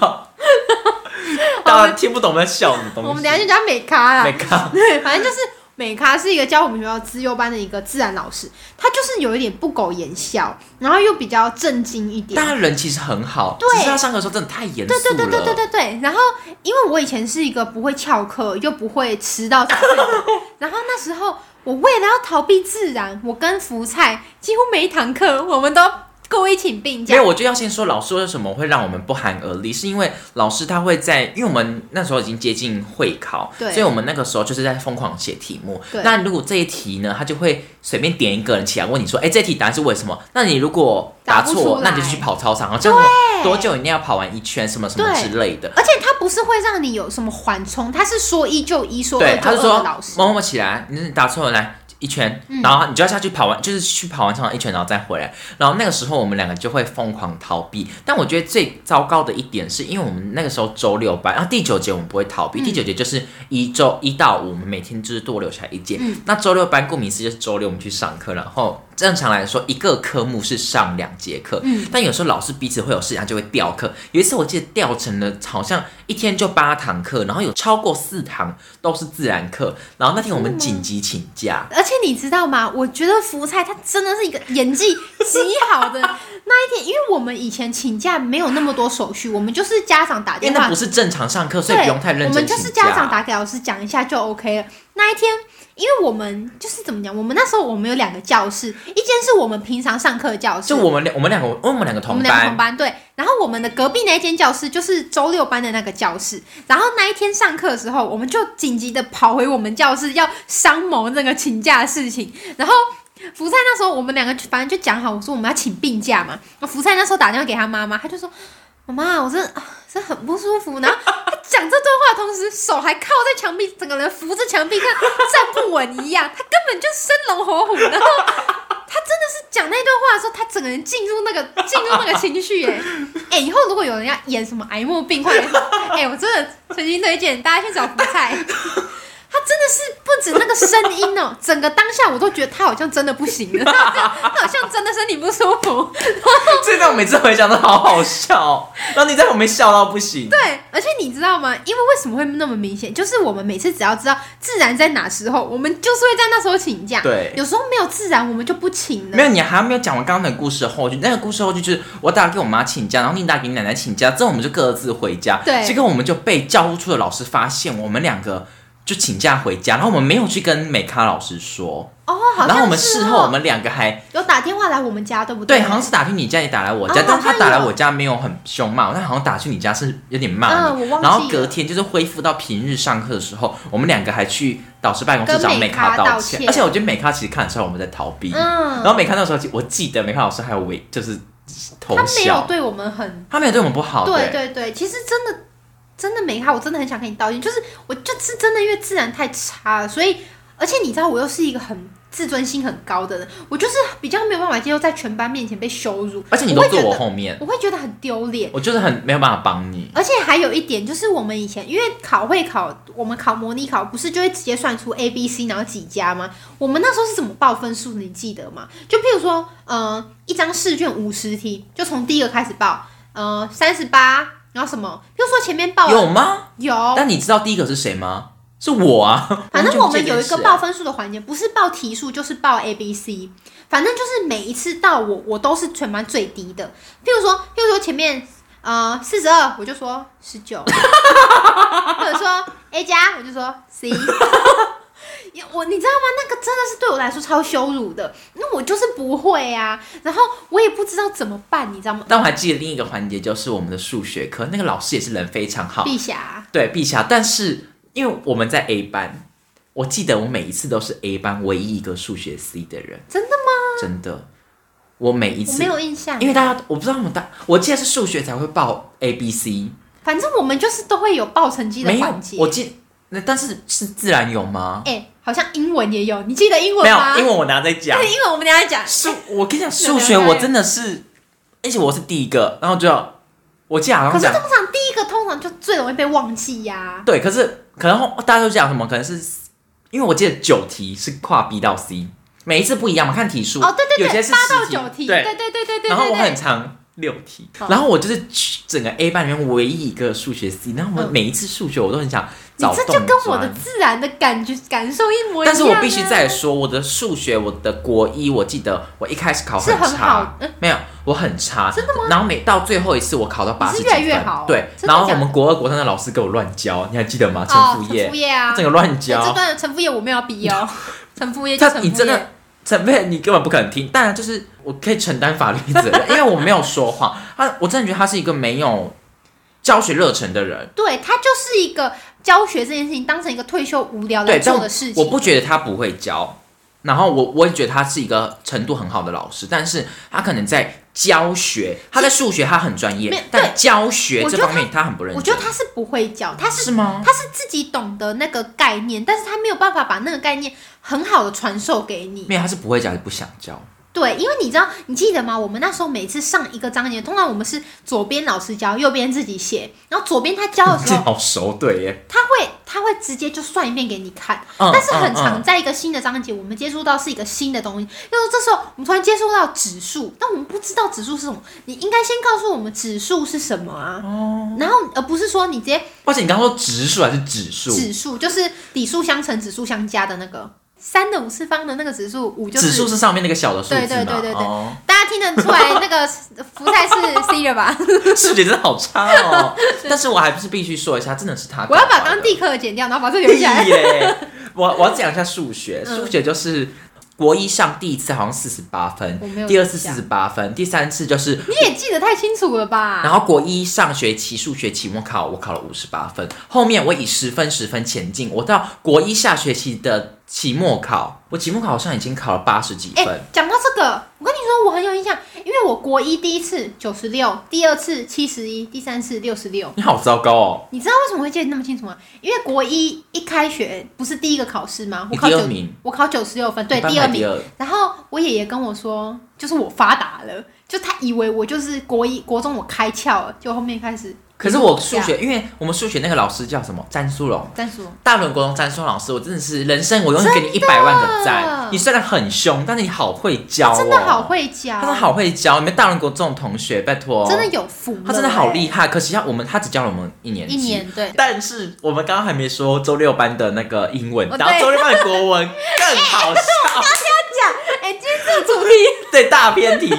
Speaker 2: 大家听不懂我们在笑什么
Speaker 1: 笑。
Speaker 2: 东西。
Speaker 1: 我们等一下就叫美咖啦。
Speaker 2: 没看，
Speaker 1: 对，反正就是美咖是一个教我们学校资优班的一个自然老师，他就是有一点不苟言笑，然后又比较正经一点
Speaker 2: 但。他人其实很好，
Speaker 1: 对
Speaker 2: 只是他上课的时候真的太严肃
Speaker 1: 对
Speaker 2: 了。
Speaker 1: 对对对对对对，然后因为我以前是一个不会翘课又不会迟到早退的人然后那时候我为了要逃避自然，我跟福菜几乎每一堂课我们都故意请病
Speaker 2: 没
Speaker 1: 假
Speaker 2: 有，，我就要先说老师为什么会让我们不寒而栗，是因为老师他会在，因为我们那时候已经接近会考，
Speaker 1: 对
Speaker 2: 所以我们那个时候就是在疯狂写题目
Speaker 1: 对。
Speaker 2: 那如果这一题呢，他就会随便点一个人起来问你说，哎、这题答案是为什么？那你如果答
Speaker 1: 答不出
Speaker 2: 错，
Speaker 1: 来
Speaker 2: 那你就去跑操场，然后这样多久一定要跑完一圈，什么什么
Speaker 1: 对
Speaker 2: 之类的。
Speaker 1: 而且他不是会让你有什么缓冲，他是说一就一，说二
Speaker 2: 对，
Speaker 1: 就
Speaker 2: 他
Speaker 1: 二
Speaker 2: 就说
Speaker 1: 的老师。嗯
Speaker 2: 某某某起来，你答错了来一圈，然后你就要下去跑完，就是去跑完操场一圈，然后再回来。然后那个时候我们两个就会疯狂逃避。但我觉得最糟糕的一点是，因为我们那个时候周六班，然后第九节我们不会逃
Speaker 1: 嗯
Speaker 2: 避，第九节就是一周一到五，我们每天就是多留下来一节。
Speaker 1: 嗯
Speaker 2: 那周六班顾名思义就是周六我们去上课，然后正常来说一个科目是上两节课，
Speaker 1: 嗯
Speaker 2: 但有时候老师彼此会有事情，他就会调课。有一次我记得调成了好像一天就八堂课，然后有超过四堂都是自然课，然后那天我们紧急请假。
Speaker 1: 而且你知道吗？我觉得福菜他真的是一个演技极好的那一天，因为我们以前请假没有那么多手续，我们就是家长打
Speaker 2: 因
Speaker 1: 电
Speaker 2: 为那
Speaker 1: 话
Speaker 2: 不，是正常上课，所
Speaker 1: 对，
Speaker 2: 以不用太认真
Speaker 1: 我们就是
Speaker 2: 请
Speaker 1: 家长打给老师讲一下就 OK 了。那一天，因为我们就是怎么讲，我们那时候我们有两个教室，一间是我们平常上课的教室，
Speaker 2: 就我们两我们两个我们两
Speaker 1: 我
Speaker 2: 个同
Speaker 1: 们两个
Speaker 2: 班
Speaker 1: 同，班对，然后我们的隔壁那一间教室就是周六班的那个教室，然后那一天上课的时候，我们就紧急的跑回我们教室要商谋那个请假的事情，然后。福菜那时候我们两个就反正就讲好，我说我们要请病假嘛。福菜那时候打电话给他妈妈，他就说：“妈妈，我真的啊，真的很不舒服。然后他讲这段话的同时，手还靠在墙壁，整个人扶着墙壁，跟站不稳一样。他根本就生龙活虎。然后他真的是讲那段话的时候，他整个人进入那 个进入那个情绪。哎哎，以后如果有人要演什么癌末病患，哎，我真的诚心推荐大家去找福菜。他真的是不止那个声音哦， 整个当下我都觉得他好像真的不行了， 他好像他好像真的身体不舒服。
Speaker 2: 这段我每次回想都好好笑，哦然后你在旁边笑到不行。
Speaker 1: 对，而且你知道吗？因为为什么会那么明显？就是我们每次只要知道自然在哪时候，我们就是会在那时候请假。
Speaker 2: 对
Speaker 1: 有时候没有自然，我们就不请了。
Speaker 2: 没有，你还没有讲完刚刚的故事的后续。那个故事后续就是我打给我妈请假，然后你打给你奶奶请假，之后我们就各自回家。
Speaker 1: 对
Speaker 2: 结果我们就被教务处的老师发现，我们两个就请假回家，然后我们没有去跟美咖老师说，
Speaker 1: 哦，好像是哦
Speaker 2: 然后我们事后我们两个还
Speaker 1: 有打电话来我们家，对不
Speaker 2: 对，
Speaker 1: 对，
Speaker 2: 好像是打去你家，也打来我家，
Speaker 1: 哦
Speaker 2: 但是
Speaker 1: 好
Speaker 2: 他
Speaker 1: 像
Speaker 2: 打来
Speaker 1: 有
Speaker 2: 我家没有很凶骂我，但好像打去你家是有点骂
Speaker 1: 嗯
Speaker 2: 你。
Speaker 1: 我忘记
Speaker 2: 然后隔
Speaker 1: 了
Speaker 2: 天就是恢复到平日上课的时候，我们两个还去导师办公室
Speaker 1: 跟
Speaker 2: 找
Speaker 1: 美
Speaker 2: 美
Speaker 1: 咖
Speaker 2: 咖
Speaker 1: 道
Speaker 2: 歉，
Speaker 1: 歉
Speaker 2: 而且我觉得美咖其实看的时候我们在逃避，
Speaker 1: 嗯，
Speaker 2: 然后美康那时候，我记得美康老师还有微就是偷
Speaker 1: 他没有
Speaker 2: 笑，
Speaker 1: 对我们很，
Speaker 2: 他没有哦对我们不好，
Speaker 1: 对对对，其实真的真的没他，我真的很想跟你道歉，就是我就是真的因为自然太差了，所以而且你知道我又是一个很自尊心很高的人，我就是比较没有办法接受在全班面前被羞辱，
Speaker 2: 而且你都坐
Speaker 1: 我会
Speaker 2: 我
Speaker 1: 觉得
Speaker 2: 后面，
Speaker 1: 我会觉得很丢脸。
Speaker 2: 我就是很没有办法帮你。
Speaker 1: 而且还有一点就是，我们以前因为考会考，我们考模拟考不是就会直接算出 A、B、C 然后几家吗？我们那时候是怎么报分数的？你记得吗？就譬如说，呃，一张试卷五十题，就从第一个开始报，呃，三十八，然后什么？譬如说前面报了
Speaker 2: 有吗？
Speaker 1: 有，
Speaker 2: 但你知道第一个是谁吗？是我啊！
Speaker 1: 反正
Speaker 2: 就
Speaker 1: 我
Speaker 2: 不记
Speaker 1: 们
Speaker 2: 得
Speaker 1: 有一
Speaker 2: 是
Speaker 1: 个
Speaker 2: 谁
Speaker 1: 报分数的环节，不是报题数就是报 A、B、C，反正就是每一次到我，我都是全班最低的。譬如说，譬如说前面呃四十二，我就说十九，或者说 A 加，我就说 C。我你知道吗？那个真的是对我来说超羞辱的，那我就是不会啊，然后我也不知道怎么办，你知道吗？
Speaker 2: 但我还记得另一个环节，就是我们的数学课，那个老师也是人非常好，
Speaker 1: 陛下，啊
Speaker 2: 对陛下。但是因为我们在 A 班，我记得我每一次都是 A 班唯一一个数学 C 的人，
Speaker 1: 真的吗？
Speaker 2: 真的，我每一
Speaker 1: 啊我
Speaker 2: 次
Speaker 1: 没，有印象欸
Speaker 2: 因，为大家我不知道我们大，我记得是数学才会报 A B C，
Speaker 1: 反正我们就是都会有报成绩的
Speaker 2: 没有
Speaker 1: 环，节。
Speaker 2: 我记那但是是自然有吗？
Speaker 1: 哎、好像英文也有，你啊记得英文
Speaker 2: 没有
Speaker 1: 吗？，
Speaker 2: 因为我拿在 讲
Speaker 1: 对，英文我们等一下讲。
Speaker 2: 数，我跟你讲数
Speaker 1: 没
Speaker 2: 学
Speaker 1: 有没有
Speaker 2: 我真的是，而且我是第一个，然后就我记得好
Speaker 1: 哎可
Speaker 2: 像
Speaker 1: 是通
Speaker 2: 讲
Speaker 1: 常第一个通常就最容易被忘记呀、
Speaker 2: 对，可是可能后大家都讲什么，可能是因为我记得九题是跨 B 到 C，每一次不一样嘛，看题数
Speaker 1: 哦，对对对，
Speaker 2: 有些是
Speaker 1: 八到
Speaker 2: 10
Speaker 1: 九题，对
Speaker 2: 对，
Speaker 1: 对对对对对。
Speaker 2: 然后我很长六题，
Speaker 1: 好
Speaker 2: 然后我就是整个 A 班里面唯一一个数学 C，然后我
Speaker 1: 嗯
Speaker 2: 每一次数学我都很想
Speaker 1: 你
Speaker 2: 找
Speaker 1: 这
Speaker 2: 洞
Speaker 1: 就跟我
Speaker 2: 钻
Speaker 1: 的自然的感觉感受一模一样、啊。
Speaker 2: 但是我必须再说，我的数学，我的国一，我记得我一开始考
Speaker 1: 是很
Speaker 2: 差
Speaker 1: 好，嗯
Speaker 2: 没有，我很差，真的吗？然后每到最后一次，我考到八十几
Speaker 1: 你是
Speaker 2: 分，
Speaker 1: 越来越好
Speaker 2: 对。
Speaker 1: 真的
Speaker 2: 然后我
Speaker 1: 假的
Speaker 2: 们国二、国三的老师给我乱教，你还记得吗？呃陈
Speaker 1: 哦
Speaker 2: 福业，
Speaker 1: 陈副业啊，
Speaker 2: 整个乱 教，
Speaker 1: 哎这段陈副业我没有比 哦，陈副业就
Speaker 2: 他
Speaker 1: 陈副
Speaker 2: 你
Speaker 1: 业。
Speaker 2: 真的陈佩，你根本不可能听。当然，就是我可以承担法律责任，因为我没有说谎。他，我真的觉得他是一个没有教学热忱的人。
Speaker 1: 对他就是一个教学这件事情当成一个退休无聊来
Speaker 2: 对，但
Speaker 1: 做的事情。
Speaker 2: 我不觉得他不会教，然后我我也觉得他是一个程度很好的老师，但是他可能在教学，他在数学他很专
Speaker 1: 没
Speaker 2: 业
Speaker 1: 有，对
Speaker 2: 但教学
Speaker 1: 我
Speaker 2: 这
Speaker 1: 觉得
Speaker 2: 方面他很不认
Speaker 1: 我觉
Speaker 2: 真
Speaker 1: 得，他是不会教，他是
Speaker 2: 是吗？
Speaker 1: 他是自己懂得那个概念，但是他没有办法把那个概念很好的传授给你。
Speaker 2: 没有，他是不会教，也不想教。
Speaker 1: 对，因为你知道，你记得吗？我们那时候每次上一个章节，通常我们是左边老师教，右边自己写。然后左边他教的时
Speaker 2: 这
Speaker 1: 候，
Speaker 2: 好熟，对耶。
Speaker 1: 他会他会直接就算一遍给你看。
Speaker 2: 嗯
Speaker 1: 但是很
Speaker 2: 嗯
Speaker 1: 常
Speaker 2: 嗯
Speaker 1: 在一个新的章节，我们接触到是一个新的东西，就是这时候我们突然接触到指数，但我们不知道指数是什么，你应该先告诉我们指数是什么啊。
Speaker 2: 哦
Speaker 1: 然后而不是说你直接
Speaker 2: 而且你刚刚说植树还是指数？
Speaker 1: 指数，就是底数相乘、指数相加的那个三的五次方的那个指数，五就是
Speaker 2: 指数是上面那个小的数字
Speaker 1: 对
Speaker 2: 嘛？
Speaker 1: 对对对对
Speaker 2: 哦，
Speaker 1: 大家听得出来那个福菜是 C 了 吧？
Speaker 2: 数学真的好差哦。 但是我还不是必须说一下，真的是他搞
Speaker 1: 我
Speaker 2: 坏的。
Speaker 1: 要把刚刚地课剪掉，然后把这留
Speaker 2: 屁
Speaker 1: 下 来。
Speaker 2: 耶！我我要讲一下数学，
Speaker 1: 嗯
Speaker 2: 数学就是国一上第一次好像四十八分
Speaker 1: 我没，有
Speaker 2: 第二次
Speaker 1: 印象
Speaker 2: 四十八分，第三次就是。
Speaker 1: 你也记得太清楚了吧？
Speaker 2: 然后国一上学期数学期末考，我考了五十八分。后面我以十分十分前进，我到国一下学期的期末考，我期末考好像已经考了八十几
Speaker 1: 哎
Speaker 2: 分。，
Speaker 1: 讲到这个，我跟你说，我很有印象，因为我国一第一次九十六，第二次七十一，第三次六十六。
Speaker 2: 你好糟糕哦！
Speaker 1: 你知道为什么会记得那么清楚吗？因为国一一开学不是第一个考试吗？我
Speaker 2: 你
Speaker 1: 考
Speaker 2: 第
Speaker 1: 九
Speaker 2: 二，名，
Speaker 1: 我考九十六分，对，
Speaker 2: 你班
Speaker 1: 第二
Speaker 2: 排
Speaker 1: 名
Speaker 2: 第。二，
Speaker 1: 然后我爷爷跟我说，就是我发达了，就他以为我就是国一国中我开窍了，就后面开始
Speaker 2: 可是我数学，因为我们数学那个老师叫什么？詹淑龙，
Speaker 1: 战术。
Speaker 2: 大轮国中詹淑龙老师，我真的是人生我永远给你一百万个赞。你虽然很凶，但是你好会教、哦，
Speaker 1: 真的好，会教，
Speaker 2: 他真的好会教。你们大轮国中的同学，拜托，
Speaker 1: 真的有福了欸，
Speaker 2: 他真的好厉害。可惜他我们他只教了我们一年级，
Speaker 1: 一年对，
Speaker 2: 但是我们刚刚还没说周六班的那个英文，
Speaker 1: 哦
Speaker 2: 然后
Speaker 1: 对
Speaker 2: 周六班的国文更 好笑，
Speaker 1: 哎、今天这个主题，
Speaker 2: 对大偏题。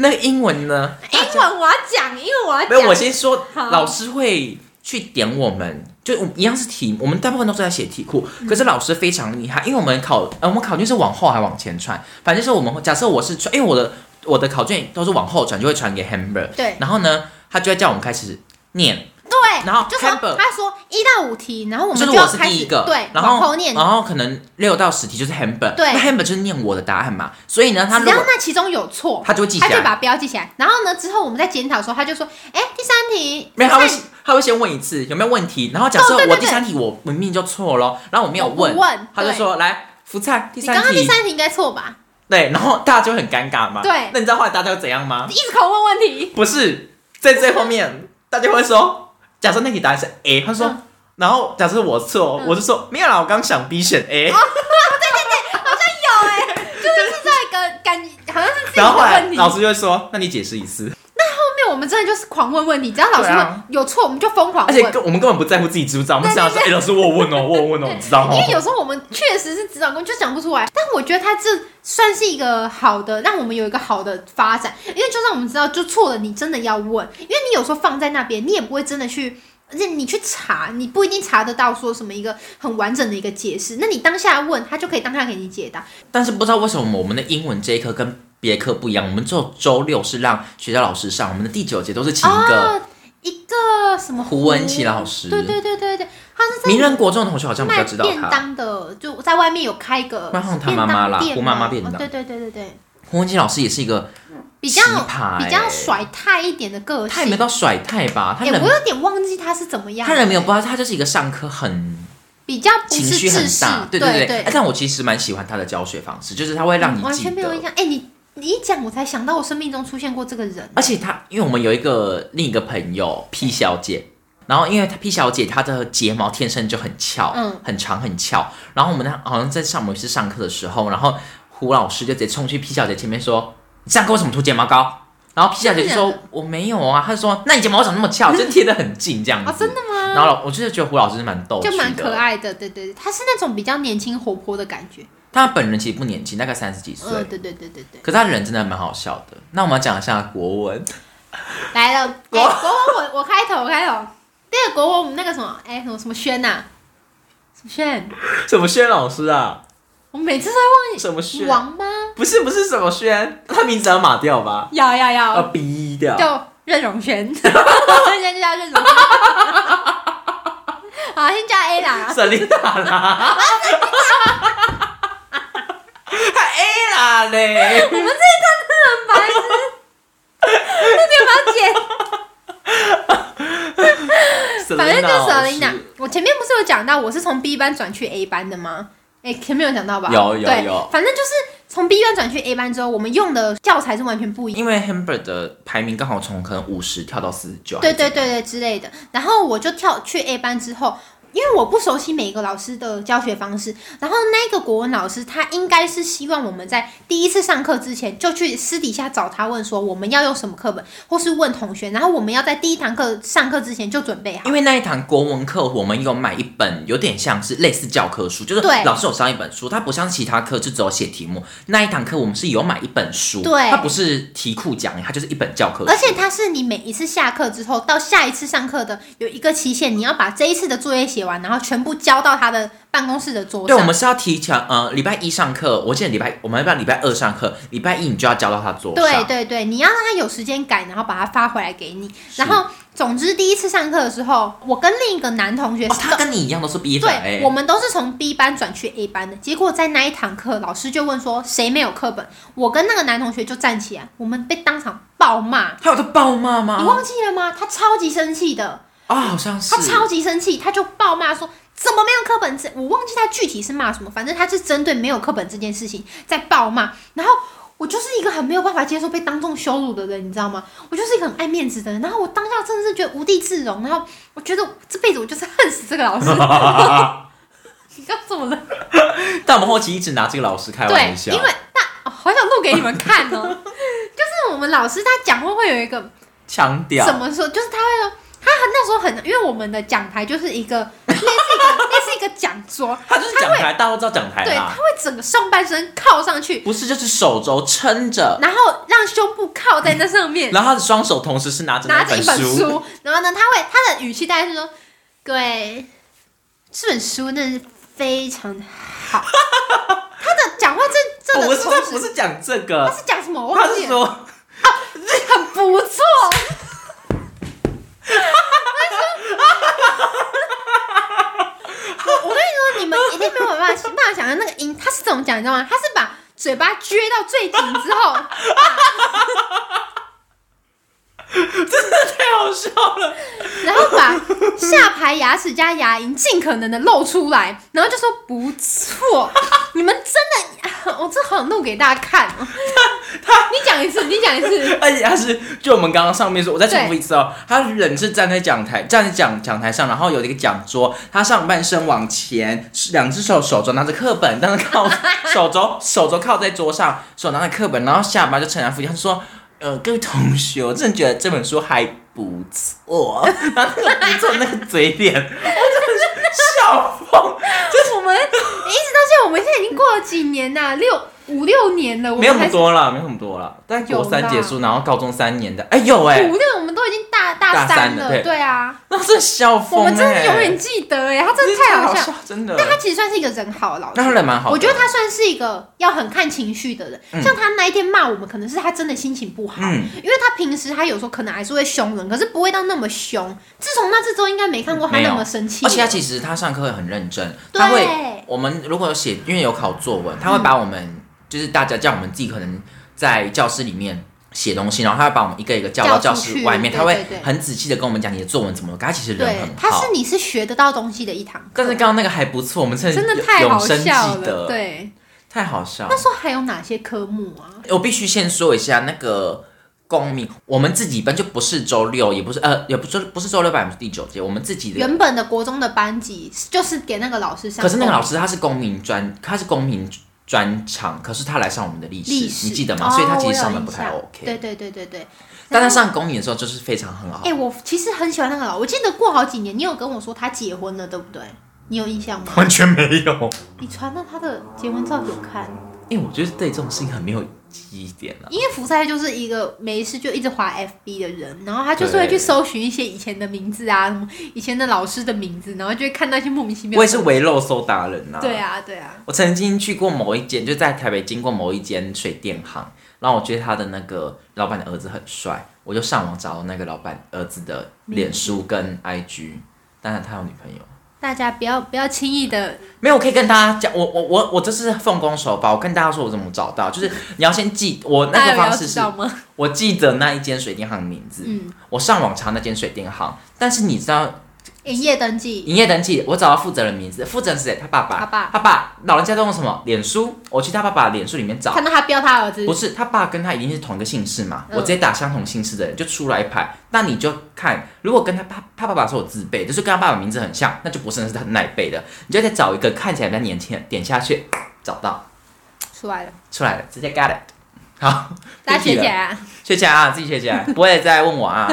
Speaker 2: 那个英文呢？
Speaker 1: 英文我要讲，英文我要
Speaker 2: 没有，
Speaker 1: 讲，
Speaker 2: 我先说，
Speaker 1: 好
Speaker 2: 老师会去点我们，就我们一样是题，我们大部分都是在写题库，
Speaker 1: 嗯
Speaker 2: 可是老师非常厉害，因为我们考，呃，我们考卷是往后还往前传，反正就是我们会假设我是传，因为我的我的考卷都是往后传，就会传给 Hamber，
Speaker 1: 对
Speaker 2: 然后呢，他就会叫我们开始念，
Speaker 1: 对，
Speaker 2: 然后
Speaker 1: 就说
Speaker 2: Hamber
Speaker 1: 他说一到五题，然后我们
Speaker 2: 就是
Speaker 1: 要
Speaker 2: 我是
Speaker 1: 开
Speaker 2: 第
Speaker 1: 始
Speaker 2: 一个，
Speaker 1: 对，
Speaker 2: 然
Speaker 1: 往后
Speaker 2: 后
Speaker 1: 念，
Speaker 2: 然后可能六到十题就是 Hamber，
Speaker 1: 对
Speaker 2: 那 Hamber 就是念我的答案嘛，所以呢，他
Speaker 1: 只
Speaker 2: 如
Speaker 1: 要
Speaker 2: 果
Speaker 1: 那其中有错，
Speaker 2: 他就会记
Speaker 1: 他
Speaker 2: 下
Speaker 1: 就
Speaker 2: 来，
Speaker 1: 把标记起来，然后呢，之后我们在检讨的时候，他就说，哎、第三题，
Speaker 2: 没有他会
Speaker 1: 第三题
Speaker 2: 他会先问一次有没有问题，然后假
Speaker 1: 哦
Speaker 2: 设
Speaker 1: 对对
Speaker 2: 我
Speaker 1: 对
Speaker 2: 第三题我明明就错了，然后我没有
Speaker 1: 我不
Speaker 2: 问，
Speaker 1: 问，
Speaker 2: 他就
Speaker 1: 对，
Speaker 2: 说来福菜第
Speaker 1: 你
Speaker 2: 三
Speaker 1: 刚刚第
Speaker 2: 题，
Speaker 1: 三题应该错吧？
Speaker 2: 对，然后大家就很尴尬嘛。
Speaker 1: 对
Speaker 2: 那你知道后来大家又怎样吗
Speaker 1: 你？一直口问问题，
Speaker 2: 不是，在最后面大家会说，假设那题答案是 A，他说，
Speaker 1: 嗯
Speaker 2: 然后假设我错，
Speaker 1: 嗯哦
Speaker 2: 我就说没有啦，我刚想 B 选 A，、
Speaker 1: 有哎、就是这个感觉好像是自己
Speaker 2: 然
Speaker 1: 的
Speaker 2: 后后来
Speaker 1: 问题。
Speaker 2: 老师就会说，那你解释一次，
Speaker 1: 后面我们真的就是狂问问题，只要老师
Speaker 2: 对啊
Speaker 1: 问有错，我们就疯狂
Speaker 2: 而
Speaker 1: 问。
Speaker 2: 且根我们根本不在乎自己知不知道，我们只想说，哎、老师我有问哦，我有问哦，我知道
Speaker 1: 因 为
Speaker 2: 哦。
Speaker 1: 有时候我们确实是指导工就讲不出来，但我觉得他这算是一个好的，让我们有一个好的发展。因为就算我们知道，就错了，你真的要问，因为你有时候放在那边，你也不会真的去，而且你去查，你不一定查得到说什么一个很完整的一个解释。那你当下问他就可以当下给你解答。
Speaker 2: 但是不知道为什么我们的英文这一课跟别的课不一样，我们只有周六是让学校老师上，我们的第九节都是请一个
Speaker 1: 哦，一个什么
Speaker 2: 胡文琪老师，
Speaker 1: 对对对对对，他是在
Speaker 2: 名人国中的同学好像比
Speaker 1: 卖
Speaker 2: 较知道
Speaker 1: 便
Speaker 2: 他。
Speaker 1: 当的，就在外面有开一个
Speaker 2: 卖红糖
Speaker 1: 便
Speaker 2: 妈妈
Speaker 1: 当
Speaker 2: 啦
Speaker 1: 店
Speaker 2: 胡妈
Speaker 1: 嘛
Speaker 2: 妈便
Speaker 1: 哦
Speaker 2: 当
Speaker 1: 对对对对对，
Speaker 2: 胡文琪老师也是一个
Speaker 1: 比较
Speaker 2: 奇葩欸
Speaker 1: 比较甩态一点的个性。
Speaker 2: 他也没到甩太吧，他
Speaker 1: 哎、
Speaker 2: 人、
Speaker 1: 我有点忘记他是怎么样。
Speaker 2: 他人没有不知道，他就是一个上课很
Speaker 1: 比较不
Speaker 2: 情
Speaker 1: 是
Speaker 2: 绪很
Speaker 1: 自视
Speaker 2: 大，对
Speaker 1: 对
Speaker 2: 对。哎但我其实蛮喜欢他的教学方式，就是他会让你
Speaker 1: 完
Speaker 2: 记
Speaker 1: 全没有印
Speaker 2: 得。
Speaker 1: 象。哎、你你一讲，我才想到我生命中出现过这个人。
Speaker 2: 而且他，因为我们有一个另一个朋友 P 小姐，然后因为她 P 小姐她的睫毛天生就很翘，
Speaker 1: 嗯
Speaker 2: 很长很翘。然后我们那好像在上某一次上课的时候，然后胡老师就直接冲去 P 小姐前面说：“你上课为什么涂睫毛膏？”然后 P 小姐就
Speaker 1: 真的
Speaker 2: 说
Speaker 1: 假：“
Speaker 2: 我没有啊。”她说：“那你睫毛为什么那么翘？就贴得很近这样子。
Speaker 1: 哦，真的吗？
Speaker 2: 然后老我就是觉得胡老师是蛮逗趣的，
Speaker 1: 就蛮可。爱的，对对对，他是那种比较年轻活泼的感觉。
Speaker 2: 他本人其实不年轻，大概三十几岁，
Speaker 1: 嗯，对对对对对。
Speaker 2: 可是他人真的蛮好笑的。那我们要讲一下国文，
Speaker 1: 来了，哎、
Speaker 2: 国
Speaker 1: 国文我我开头我开头，那个国文我们那个什么，哎、什么什么轩呐、什么轩，
Speaker 2: 什么轩老师啊？
Speaker 1: 我每次都会
Speaker 2: 什么
Speaker 1: 忘记王吗？
Speaker 2: 不是不是什么轩，他名字要码掉吧？
Speaker 1: 要要要，
Speaker 2: 要逼掉。
Speaker 1: 叫任容 萱，现在就叫任 容萱。好，先叫 A 啦。
Speaker 2: 胜利大 啦！还 A 啦嘞！
Speaker 1: 我们这一段真的很白痴，那你有没有剪？反正就是
Speaker 2: 老
Speaker 1: Selina
Speaker 2: 师。
Speaker 1: 我前面不是有讲到我是从 B 班转去 A 班的吗？哎、前面有讲到吧？
Speaker 2: 有有
Speaker 1: 对
Speaker 2: 有
Speaker 1: 反正就是从 B 班转去 A 班之后，我们用的教材是完全不一样。
Speaker 2: 因为 Hamber 的排名刚好从可能五十跳到四十九，
Speaker 1: 对对对对之类的。然后我就跳去 A 班之后，因为我不熟悉每一个老师的教学方式，然后那个国文老师他应该是希望我们在第一次上课之前就去私底下找他问说我们要用什么课本，或是问同学，然后我们要在第一堂课上课之前就准备好。
Speaker 2: 因为那一堂国文课，我们有买一本有点像是类似教科书，就是
Speaker 1: 对
Speaker 2: 老师有上一本书，它不像其他课就只有写题目。那一堂课我们是有买一本书，
Speaker 1: 对
Speaker 2: 它不是题库讲，它就是一本教科书。
Speaker 1: 而且它是你每一次下课之后到下一次上课的有一个期限，你要把这一次的作业写完，然后全部交到他的办公室的桌
Speaker 2: 对，
Speaker 1: 上。
Speaker 2: 我们是要提前，呃，礼拜一上课，我记得礼拜我们要不要礼拜二上课？礼拜一你就要交到他桌
Speaker 1: 对
Speaker 2: 上。
Speaker 1: 对对，你要让他有时间改，然后把它发回来给你。
Speaker 2: 是
Speaker 1: 然后，总之第一次上课的时候，我跟另一个男同学
Speaker 2: 哦，
Speaker 1: 是
Speaker 2: 他跟你一样都是 B 粉哎、
Speaker 1: 对，我们都是从 B 班转去 A 班的。结果在那一堂课，老师就问说谁没有课本，我跟那个男同学就站起来，我们被当场暴骂，
Speaker 4: 他有在暴骂吗？
Speaker 1: 你忘记了吗？他超级生气的，
Speaker 4: 啊、好像是
Speaker 1: 他超级生气，他就暴骂说怎么没有课本这，我忘记他具体是骂什么，反正他是针对没有课本这件事情在暴骂。然后我就是一个很没有办法接受被当众羞辱的人，你知道吗？我就是一个很爱面子的人。然后我当下真的是觉得无地自容，然后我觉得这辈子我就是恨死这个老师。你知道怎么了？
Speaker 2: 但我们后期一直拿这个老师开
Speaker 1: 对
Speaker 2: 玩，笑，
Speaker 1: 因为那、哦好想录给你们看哦。 就是我们老师他讲话会有一个
Speaker 2: 强调
Speaker 1: 怎么说，就是他会说，他很那时候很，因为我们的讲台就是一个 类似一个类似一个讲桌，
Speaker 2: 他就是讲台，大家都知道讲台
Speaker 1: 对，他
Speaker 2: 啦，
Speaker 1: 会整个上半身靠上去，
Speaker 2: 不是就是手肘撑着，
Speaker 1: 然后让胸部靠在那上 面，
Speaker 2: 然后他的双手同时是拿着
Speaker 1: 拿
Speaker 2: 那
Speaker 1: 着一本
Speaker 2: 书，
Speaker 1: 书，然后呢，他会他的语气大概是说，各位，这本书真的是非常好，他的讲话真真
Speaker 2: 不
Speaker 1: 的
Speaker 2: 是
Speaker 1: 从
Speaker 2: 他
Speaker 1: 此
Speaker 2: 不是讲这
Speaker 1: 他
Speaker 2: 个，
Speaker 1: 是讲什么？我
Speaker 2: 他
Speaker 1: 忘
Speaker 2: 是
Speaker 1: 记了，
Speaker 2: 说
Speaker 1: 很不错。我跟你说，你们一定没有办法想办法想象那个音，他是怎么讲，你知道吗？他是把嘴巴撅到最紧之后，
Speaker 2: 太好笑了，
Speaker 1: 然后把下排牙齿加牙龈尽可能的露出来，然后就说不错，你们真的，我这好想录给大家看哦。你讲一次，你讲一次，
Speaker 2: 而且他是就我们刚刚上面说，我再重复一次哦，他人是站在讲台，站在讲讲台上，然后有一个讲桌，他上半身往前，两只手手肘拿着课本，但是靠 手肘手肘靠在桌上，手拿着课本，然后下巴就呈现腹肌，他说。呃，各位同学，我真的觉得这本书还不错。 然后那个不错那个嘴脸，我 真的是笑疯。
Speaker 1: 我们一直到现在，我们现在已经过了几年呐、六五六年了，我
Speaker 2: 没有
Speaker 1: 们还
Speaker 2: 那么
Speaker 1: 是
Speaker 2: 多了，没有那么多了。但国三结束，然后高中三年的，哎、有哎、
Speaker 1: 五六，我们都已经大大
Speaker 2: 大三
Speaker 1: 三
Speaker 2: 了
Speaker 1: 了，
Speaker 2: 对
Speaker 1: 对啊，
Speaker 2: 那真的笑疯、
Speaker 1: 我
Speaker 2: 欸，
Speaker 1: 们真的永远记得哎、他真的太
Speaker 2: 太
Speaker 1: 好
Speaker 2: 好
Speaker 1: 笑。，
Speaker 2: 真的。
Speaker 1: 但他其实算是一个人好的老师
Speaker 2: 那，他人蛮好的，
Speaker 1: 我觉得他算是一个要很看情绪的人。像他那一天骂我们，可能是他真的心情不好，
Speaker 2: 嗯
Speaker 1: 因为他平时他有时候可能还是会凶人，可是不会到那么凶。自从那次之后，应该没看过他
Speaker 2: 没有
Speaker 1: 那么生气了。
Speaker 2: 而且他其实他上课会很认真，
Speaker 1: 对嗯
Speaker 2: 他会我们如果有写，因为有考作文，他会把我们、就是大家叫我们自己可能在教室里面写东西，然后他会把我们一个一个叫到
Speaker 1: 叫
Speaker 2: 教
Speaker 1: 出去
Speaker 2: 室外面，
Speaker 1: 对
Speaker 2: 他会
Speaker 1: 对对
Speaker 2: 很仔细的跟我们讲你的作文怎么了。可他其实人
Speaker 1: 对
Speaker 2: 很，
Speaker 1: 他
Speaker 2: 好
Speaker 1: 是，你是学得到东西的一堂课，
Speaker 2: 但是刚刚那个还不错，我们真
Speaker 1: 真的
Speaker 2: 永
Speaker 1: 太好
Speaker 2: 永生
Speaker 1: 笑
Speaker 2: 记
Speaker 1: 了。
Speaker 2: 得，
Speaker 1: 对，
Speaker 2: 太好笑
Speaker 1: 那。时候还有哪些科目啊？
Speaker 2: 我必须先说一下那个公民，我们自己班就不是周六，也不是呃，也不是不是周六百分之第九节，我们自己的
Speaker 1: 原本的国中的班级就是给那个哦老师上，
Speaker 2: 可是那个老师他是公民专，他是公民专场，可是他来上我们的历史，
Speaker 1: 历史，
Speaker 2: 你记得吗？
Speaker 1: 哦
Speaker 2: 所以他其
Speaker 1: 我
Speaker 2: 实
Speaker 1: 有
Speaker 2: 上的
Speaker 1: 印
Speaker 2: 不太
Speaker 1: 象
Speaker 2: OK。哦
Speaker 1: 对对对对对。
Speaker 2: 但他上公民的时候就是非常很好
Speaker 1: 哎、。我其实很喜欢那个老，我记得过好几年，你有跟我说他结婚了，对不对？你有印象 吗？
Speaker 2: 完全没有，
Speaker 1: 你传到他的结婚照给我看，
Speaker 2: 因为我觉得对这种事情很没有记忆点啊。
Speaker 1: 因为福赛就是一个没事就一直滑 FB 的人，然后他就是会去
Speaker 2: 对
Speaker 1: 搜寻一些以前的名字啊，什么以前的老师的名字，然后就会看到一些莫名其妙的。
Speaker 2: 我也是围肉搜达人呐、
Speaker 1: 对，啊，对啊，
Speaker 2: 我曾经去过某一间，就在台北经过某一间水电行，然后我觉得他的那个老板的儿子很帅，我就上网找那个老板儿子的脸书跟 IG，但是他有女朋友。
Speaker 1: 大家不要不要轻易的，
Speaker 2: 没有，我可以跟大家讲，我我我我这是奉公守法，我跟大家说我怎么找到，就是你要先记我
Speaker 1: 大
Speaker 2: 那
Speaker 1: 家
Speaker 2: 个
Speaker 1: 哎有要
Speaker 2: 方式
Speaker 1: 知
Speaker 2: 是，
Speaker 1: 道吗？
Speaker 2: 我记得那一间水电行的名字，
Speaker 1: 嗯，
Speaker 2: 我上网查那间水电行，但是你知道
Speaker 1: 营业登记，
Speaker 2: 营业登记，我找到负责人名字，负责人是谁？他爸爸，
Speaker 1: 他爸
Speaker 2: 他爸，老人家都用什么？脸书，我去他爸爸的脸书里面找
Speaker 1: 看，到他标他儿子
Speaker 2: 不，是他爸跟他一定是同一个姓氏嘛？
Speaker 1: 嗯
Speaker 2: 我直接打相同姓氏的人就出来一排，那你就看，如果跟他爸他爸爸说我自辈，就是跟他爸爸名字很像，那就不是那是他那一辈的，你就再找一个看起来比较年轻的，点下去找到
Speaker 1: 出来了，
Speaker 2: 出来了，直接 get it。好，
Speaker 1: 大家
Speaker 2: 不提
Speaker 1: 学
Speaker 2: 了
Speaker 1: 起来、啊。
Speaker 2: 学起来啊，自己学起来，不会再问 我啊。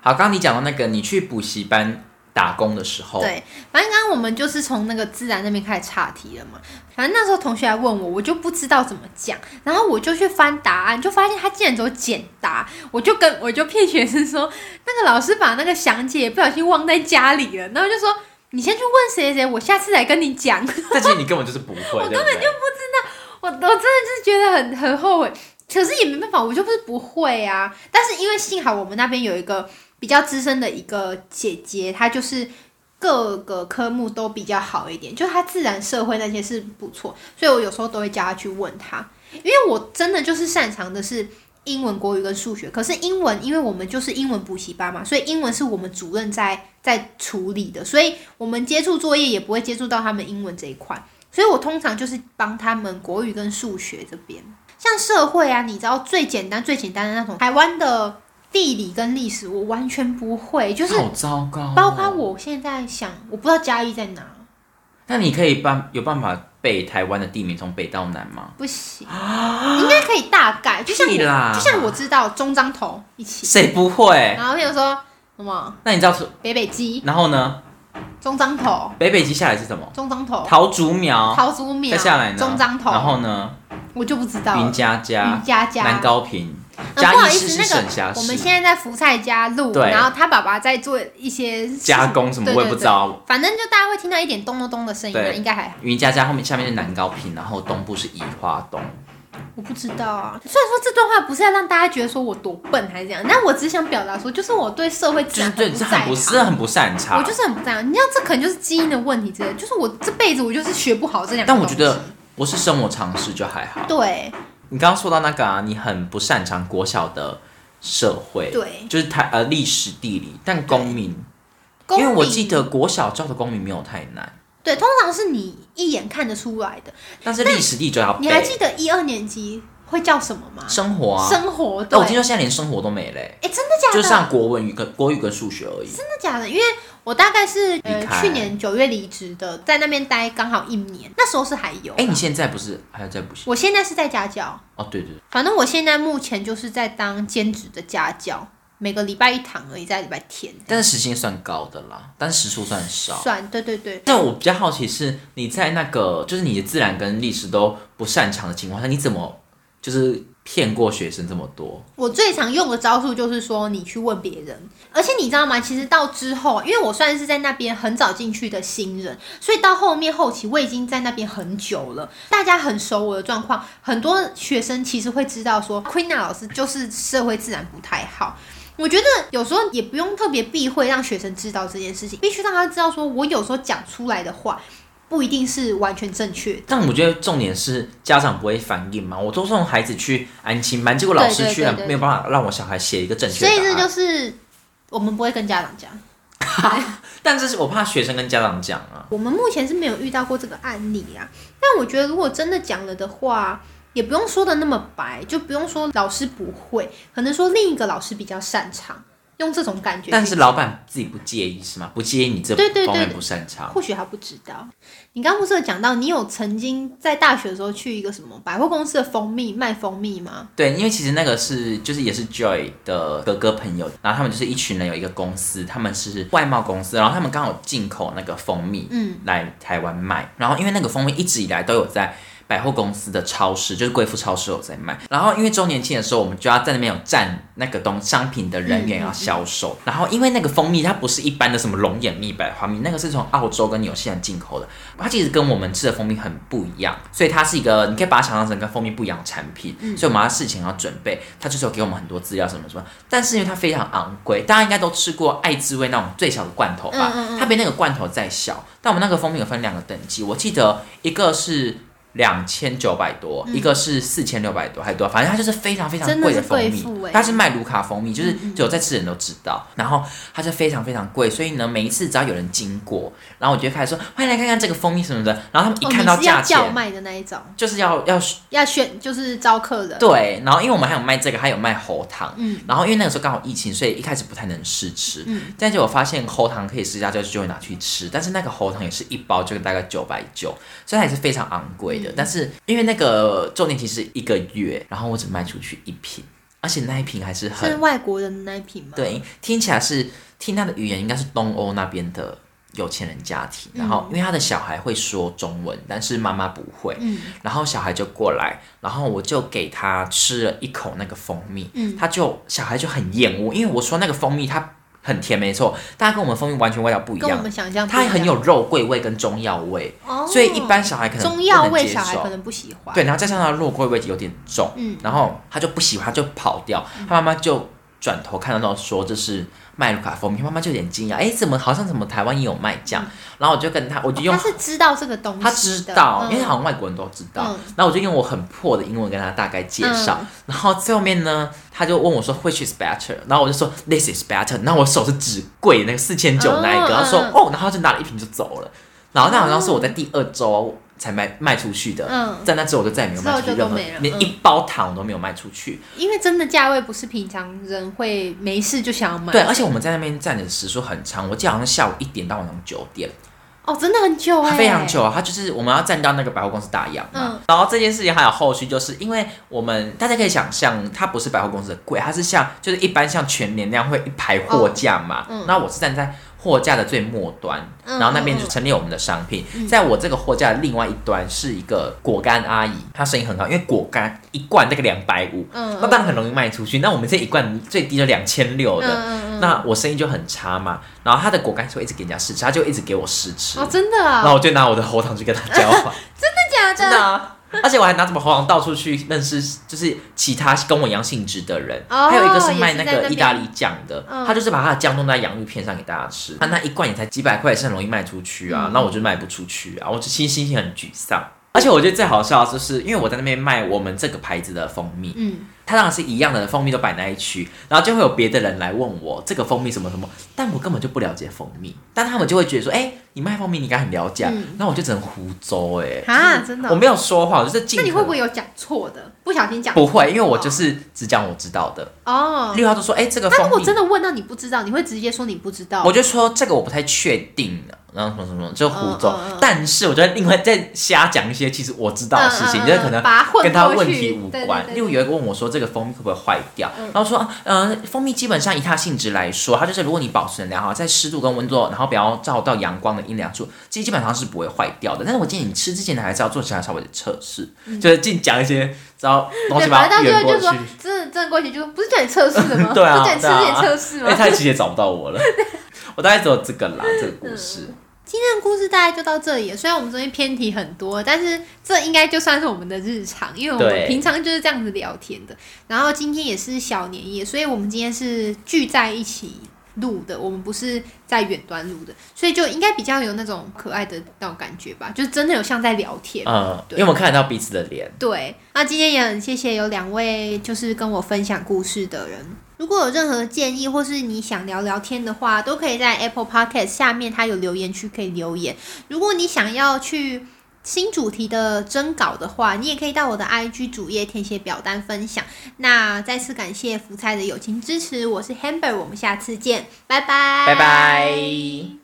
Speaker 2: 好，刚刚你讲到那个你去补习班打工的时候，
Speaker 1: 对，反正刚刚我们就是从那个自然那边开始岔题了嘛。反正那时候同学来问我，我就不知道怎么讲，然后我就去翻答案，就发现他竟然只有简答，我就跟我就骗学生说，那个老师把那个详解不小心忘在家里了，然后就说你先去问谁谁谁，我下次来跟你讲。
Speaker 2: 但其实你根本就是不会，我根本就
Speaker 1: 我我真的就是觉得很很后悔，可是也没办法，我就不是不会啊。但是因为幸好我们那边有一个比较资深的一个姐姐，她就是各个科目都比较好一点，就她自然社会那些是不错，所以我有时候都会叫她去问她，因为我真的就是擅长的是英文、国语跟数学。可是英文，因为我们就是英文补习班嘛，所以英文是我们主任在在处理的，所以我们接触作业也不会接触到他们英文这一块。所以我通常就是帮他们国语跟数学这边，像社会啊，你知道最简单最简单的那种台湾的地理跟历史，我完全不会，就是
Speaker 2: 好糟糕、哦
Speaker 1: 包括，我现在想，我不知道嘉义在哪，
Speaker 2: 那你可以办有办法背台湾的地名从北到南吗？
Speaker 1: 不行，应该可以大概，就像
Speaker 2: 屁啦
Speaker 1: 我，就像我知道中彰头一起，
Speaker 2: 谁不会？
Speaker 1: 然后譬如说什么
Speaker 2: 那你知道是？
Speaker 1: 北北基、
Speaker 2: 然后呢？
Speaker 1: 中彰头、
Speaker 2: 北北基下来是什么？
Speaker 1: 中彰头、
Speaker 2: 桃竹苗，
Speaker 1: 哦桃竹苗、
Speaker 2: 再下来呢？
Speaker 1: 中彰头，
Speaker 2: 然后呢？
Speaker 1: 我就不知道了
Speaker 2: 云家家
Speaker 1: 云、家家、
Speaker 2: 南高平、
Speaker 1: 嗯
Speaker 2: 嘉
Speaker 1: 不好
Speaker 2: 义
Speaker 1: 意
Speaker 2: 市
Speaker 1: 思，
Speaker 2: 是省
Speaker 1: 那
Speaker 2: 辖
Speaker 1: 个我
Speaker 2: 市
Speaker 1: 们，现在在福菜家录，
Speaker 2: 对
Speaker 1: 然后他爸爸在做一些事
Speaker 2: 加，工什么
Speaker 1: 对
Speaker 2: 我也不
Speaker 1: 对
Speaker 2: 知道。
Speaker 1: 反正就大家会听到一点咚咚咚的声音啊，
Speaker 2: 对
Speaker 1: 应该还好，
Speaker 2: 云家家后面下面是南高平，然后东部是宜花东。
Speaker 1: 我不知道啊。虽然说这段话不是要让大家觉得说我多笨还是怎样，但我只想表达说，就是我对社会自
Speaker 2: 就是
Speaker 1: 然
Speaker 2: 对，
Speaker 1: 不
Speaker 2: 是
Speaker 1: 在
Speaker 2: 很不
Speaker 1: 行。
Speaker 2: 是很不擅长。
Speaker 1: 我就是很不这样，你知道这可能就是基因的问题之类的，就是我这辈子我就是学不好这两个
Speaker 2: 但
Speaker 1: 东
Speaker 2: 我
Speaker 1: 西。
Speaker 2: 觉得不是生活常识就还好。
Speaker 1: 对
Speaker 2: 你刚刚说到那个啊，你很不擅长国小的社会，
Speaker 1: 对，
Speaker 2: 就是台呃历史地理，但公民，
Speaker 1: 公
Speaker 2: 因为我
Speaker 1: 民
Speaker 2: 记得国小教的公民没有太难，
Speaker 1: 对，通常是你一眼看得出来的。
Speaker 2: 但是历史地就要
Speaker 1: 你还
Speaker 2: 背
Speaker 1: 记得一二年级会叫什么吗？
Speaker 2: 生活啊。
Speaker 1: 生活
Speaker 2: 但
Speaker 1: 对，
Speaker 2: 我
Speaker 1: 哎、
Speaker 2: 听说现在连生活都没嘞、
Speaker 1: 真的假的？
Speaker 2: 就上国文语跟国语跟数学而已。
Speaker 1: 真的假的？因为我大概是呃
Speaker 2: 离开
Speaker 1: 去年九月离职的，在那边待刚好一年，那时候是还有。
Speaker 2: 哎、你现在不是还要在补习？
Speaker 1: 我现在是在家教，
Speaker 2: 哦，对对对，
Speaker 1: 反正我现在目前就是在当兼职的家教，每个礼拜一堂而已，在礼拜天
Speaker 2: 但是时薪算高的啦，但是时数算少。
Speaker 1: 算。对对对，
Speaker 2: 那我比较好奇是你在那个就是你的自然跟历史都不擅长的情况下，你怎么就是骗过学生这么多？
Speaker 1: 我最常用的招数就是说，你去问别人。而且你知道吗？其实到之后，因为我算是在那边很早进去的新人，所以到后面后期我已经在那边很久了，大家很熟我的状况。很多学生其实会知道说，Queen 老师就是社会自然不太好。我觉得有时候也不用特别避讳让学生知道这件事情，必须让他知道说，我有时候讲出来的话不一定是完全正确的。
Speaker 2: 但我觉得重点是家长不会反应嘛，我都送孩子去安亲班，结果老
Speaker 1: 对
Speaker 2: 师
Speaker 1: 对
Speaker 2: 居然
Speaker 1: 对对
Speaker 2: 没有办法让我小孩写一个正确
Speaker 1: 所
Speaker 2: 答
Speaker 1: 以
Speaker 2: 案。
Speaker 1: 这就是我们不会跟家长讲。
Speaker 2: 但这是我怕学生跟家长讲啊，
Speaker 1: 我们目前是没有遇到过这个案例啊。但我觉得，如果真的讲了的话，也不用说的那么白，就不用说老师不会，可能说另一个老师比较擅长，用这种感觉去。
Speaker 2: 但是老板自己不介意是吗？不介意你这
Speaker 1: 对对对
Speaker 2: 方面不擅长。
Speaker 1: 或许他不知道。你刚刚不是有讲到，你有曾经在大学的时候去一个什么百货公司的蜂蜜卖蜂蜜吗？
Speaker 2: 对，因为其实那个是就是也是 Joy 的哥哥朋友，然后他们就是一群人有一个公司，他们是外贸公司，然后他们刚好进口那个蜂蜜，
Speaker 1: 嗯，
Speaker 2: 来台湾卖。然后因为那个蜂蜜一直以来都有在百货公司的超市，就是贵妇超市有在卖。然后因为周年庆的时候，我们就要在那边有站那个东商品的人
Speaker 1: 嗯
Speaker 2: 员要销售。然后因为那个蜂蜜它不是一般的什么龙眼蜜、百花蜜，那个是从澳洲跟纽西兰进口的，它其实跟我们吃的蜂蜜很不一样，所以它是一个你可以把它想象成跟蜂蜜不一样的产品。
Speaker 1: 嗯
Speaker 2: 所以我们要事前要准备，它就是有给我们很多资料什么什么。但是因为它非常昂贵，大家应该都吃过爱滋味那种最小的罐头吧？
Speaker 1: 嗯嗯嗯
Speaker 2: 它比那个罐头再小。但我们那个蜂蜜有分两个等级，我记得一个是。两千九百多，一个是四千六百多，还多，反正它就是非常非常
Speaker 1: 嗯真的
Speaker 2: 贵
Speaker 1: 是
Speaker 2: 蜂
Speaker 1: 贵
Speaker 2: 蜜
Speaker 1: 妇。欸嗯
Speaker 2: 它是卖卢卡蜂蜜，就是只有在吃的人都知道。然后它是非常非常贵，所以呢，每一次只要有人经过，然后我就会开始说：“欢迎来看看这个蜂蜜什么的。”然后他们一
Speaker 1: 哦，
Speaker 2: 看到
Speaker 1: 你是要
Speaker 2: 价钱，
Speaker 1: 叫卖的那一种，
Speaker 2: 就是要要
Speaker 1: 要选就是招客人。
Speaker 2: 对，然后因为我们还有卖这个，还有卖喉糖，
Speaker 1: 嗯
Speaker 2: 然后因为那个时候刚好疫情，所以一开始不太能试吃，
Speaker 1: 嗯
Speaker 2: 但结果发现喉糖可以试一下，就就会拿去吃，但是那个喉糖也是一包就大概九百九，所以还是非常昂贵
Speaker 1: 嗯
Speaker 2: 的。但是因为那个重点其实一个月，然后我只卖出去一瓶，而且那一瓶还是很
Speaker 1: 是外国人的那一瓶吗？，
Speaker 2: 对，听起来是听他的语言应该是东欧那边的有钱人家庭，
Speaker 1: 嗯
Speaker 2: 然后因为他的小孩会说中文，但是妈妈不会，
Speaker 1: 嗯
Speaker 2: 然后小孩就过来，然后我就给他吃了一口那个蜂蜜，
Speaker 1: 嗯
Speaker 2: 他就小孩就很厌恶，因为我说那个蜂蜜它很甜没错，但它跟我们蜂蜜完全味道不一
Speaker 1: 跟我
Speaker 2: 样
Speaker 1: 们，想象不一
Speaker 2: 它
Speaker 1: 样
Speaker 2: 很有肉桂味跟中药味，
Speaker 1: 哦，
Speaker 2: 所以一般小孩可能
Speaker 1: 中药
Speaker 2: 不能
Speaker 1: 味
Speaker 2: 接
Speaker 1: 小孩
Speaker 2: 受
Speaker 1: 可能不喜欢。
Speaker 2: 对，然后再加上肉桂味有点重，
Speaker 1: 嗯
Speaker 2: 然后他就不喜欢，他就跑掉，他妈妈就转头看到说这是麦卢卡蜂蜜，妈妈就有点惊讶，哎，怎么好像怎么台湾也有卖这样？然后我就跟他，我就用
Speaker 1: 他是知道这个东西的，
Speaker 2: 他知道，
Speaker 1: 嗯
Speaker 2: 因为好像外国人都知道。
Speaker 1: 嗯
Speaker 2: 然后我就用我很破的英文跟他大概介绍，
Speaker 1: 嗯
Speaker 2: 然后最后面呢，他就问我说 which is better，然后我就说 this is better，然后我手是指贵的那个四千九那一个，
Speaker 1: 哦
Speaker 2: 然后说
Speaker 1: 嗯
Speaker 2: 哦，然后他就拿了一瓶就走了。然后那好像是我在第二周才卖卖出去的，
Speaker 1: 嗯
Speaker 2: 在那之后我就再也没有卖出
Speaker 1: 之
Speaker 2: 去
Speaker 1: 后就都
Speaker 2: 任何，
Speaker 1: 没了
Speaker 2: 连
Speaker 1: 嗯
Speaker 2: 一包糖我都没有卖出去。
Speaker 1: 因为真的价位不是平常人会没事就想要买。
Speaker 2: 对，而且我们在那边站的时数很长，我记得好像下午一点到晚上九点。
Speaker 1: 哦，真的很久哎、
Speaker 2: 它非常久啊，它就是我们要站到那个百货公司打烊嘛。
Speaker 1: 嗯
Speaker 2: 然后这件事情还有后续，就是因为我们大家可以想象，它不是百货公司的柜，它是像就是一般像全年那样会一排货架嘛。
Speaker 1: 哦嗯嗯
Speaker 2: 那我是站在货架的最末端，
Speaker 1: 嗯
Speaker 2: 然后那边
Speaker 1: 嗯
Speaker 2: 就
Speaker 1: 嗯
Speaker 2: 陈列我们的商品。在我这个货架的另外一端是一个果干阿姨，她生意很好，因为果干一罐大概两百五，
Speaker 1: 嗯
Speaker 2: 那当然很容易卖出去。那我们这一罐最低就两千六的。
Speaker 1: 嗯嗯嗯
Speaker 2: 那我生意就很差嘛，然后她的果干就一直给人家试吃，她就一直给我试吃。
Speaker 1: 哦，真的
Speaker 2: 然后
Speaker 1: 啊，
Speaker 2: 我就拿我的喉糖去跟他交换，
Speaker 1: 真的假
Speaker 2: 真的啊！而且我还拿什么喉糖到处去认识，就是其他跟我一样性质的人。
Speaker 1: 哦
Speaker 2: 还有一个是卖
Speaker 1: 也是在
Speaker 2: 那
Speaker 1: 那
Speaker 2: 个
Speaker 1: 边
Speaker 2: 意大利酱的，
Speaker 1: 嗯
Speaker 2: 他就是把他的酱弄在洋芋片上给大家吃。他那一罐也才几百块，也是很容易卖出去
Speaker 1: 嗯
Speaker 2: 啊。那、我就卖不出去啊，我就心心情很沮丧。而且我觉得最好笑的就是，因为我在那边卖我们这个牌子的蜂蜜，
Speaker 1: 嗯，
Speaker 2: 它当然是一样的蜂蜜都摆那一区，然后就会有别的人来问我这个蜂蜜什么什么，但我根本就不了解蜂蜜，但他们就会觉得说，哎、你卖蜂蜜你应该很了解啊，
Speaker 1: 嗯
Speaker 2: 那、我就只能胡诌哎、
Speaker 1: 啊
Speaker 2: 就是
Speaker 1: 真的哦
Speaker 2: 我没有说谎，我就是尽
Speaker 1: 那
Speaker 2: 可
Speaker 1: 你会不会有讲错的？不小心讲
Speaker 2: 不会，因为我就是只讲我知道的，
Speaker 1: 哦
Speaker 2: 例。如他就说，哎、这个
Speaker 1: 那如
Speaker 2: 蜂
Speaker 1: 果
Speaker 2: 蜜
Speaker 1: 真，的哦问到你不知道，你会直接说你不知道？
Speaker 2: 我就说这个我不太确定了。然后什么什么什么就胡诌，
Speaker 1: 嗯嗯嗯
Speaker 2: 但是我觉得另外再瞎讲一些其实我知道的事情，
Speaker 1: 嗯嗯嗯
Speaker 2: 就是可能
Speaker 1: 把它混
Speaker 2: 跟他
Speaker 1: 过
Speaker 2: 问
Speaker 1: 去
Speaker 2: 题无
Speaker 1: 对对
Speaker 2: 关。
Speaker 1: 对嗯
Speaker 2: 例如有一个问我说这个蜂蜜会不会坏掉，然后说，啊呃，蜂蜜基本上以它性质来说，它就是如果你保存得良好，在湿度跟温度，然后不要照到阳光的阴凉处，其实基本上是不会坏掉的。但是我建议你吃之前呢，还是要做其他稍微的测试，就是尽讲一些知道东
Speaker 1: 嗯
Speaker 2: 西
Speaker 1: 对，
Speaker 2: 把
Speaker 1: 反
Speaker 2: 它
Speaker 1: 正到最
Speaker 2: 圆
Speaker 1: 后
Speaker 2: 过
Speaker 1: 就说
Speaker 2: 去。，
Speaker 1: 真的真的过去就说不是叫你测试的吗？
Speaker 2: 对啊
Speaker 1: 不是叫你吃
Speaker 2: 对啊
Speaker 1: 自己测试
Speaker 2: 因
Speaker 1: 吗？
Speaker 2: 为他其实也找不到我了，我大概只有这个啦，这个故事。
Speaker 1: 今天的故事大概就到这里了。虽然我们中间偏题很多，但是这应该就算是我们的日常，因为我
Speaker 2: 对
Speaker 1: 们平常就是这样子聊天的。然后今天也是小年夜，所以我们今天是聚在一起录的，我们不是在远端录的，所以就应该比较有那种可爱的那种感觉吧，就是真的有像在聊天。
Speaker 2: 嗯，因
Speaker 1: 对
Speaker 2: 为我们看得到彼此的脸。
Speaker 1: 对，那今天也很谢谢有两位就是跟我分享故事的人。如果有任何建议，或是你想聊聊天的话，都可以在 Apple Podcast 下面，它有留言区可以留言。如果你想要去新主题的征稿的话，你也可以到我的 IG 主页填写表单分享。那再次感谢福菜的友情支持，我是 Hamber，我们下次见，拜拜，
Speaker 2: 拜拜。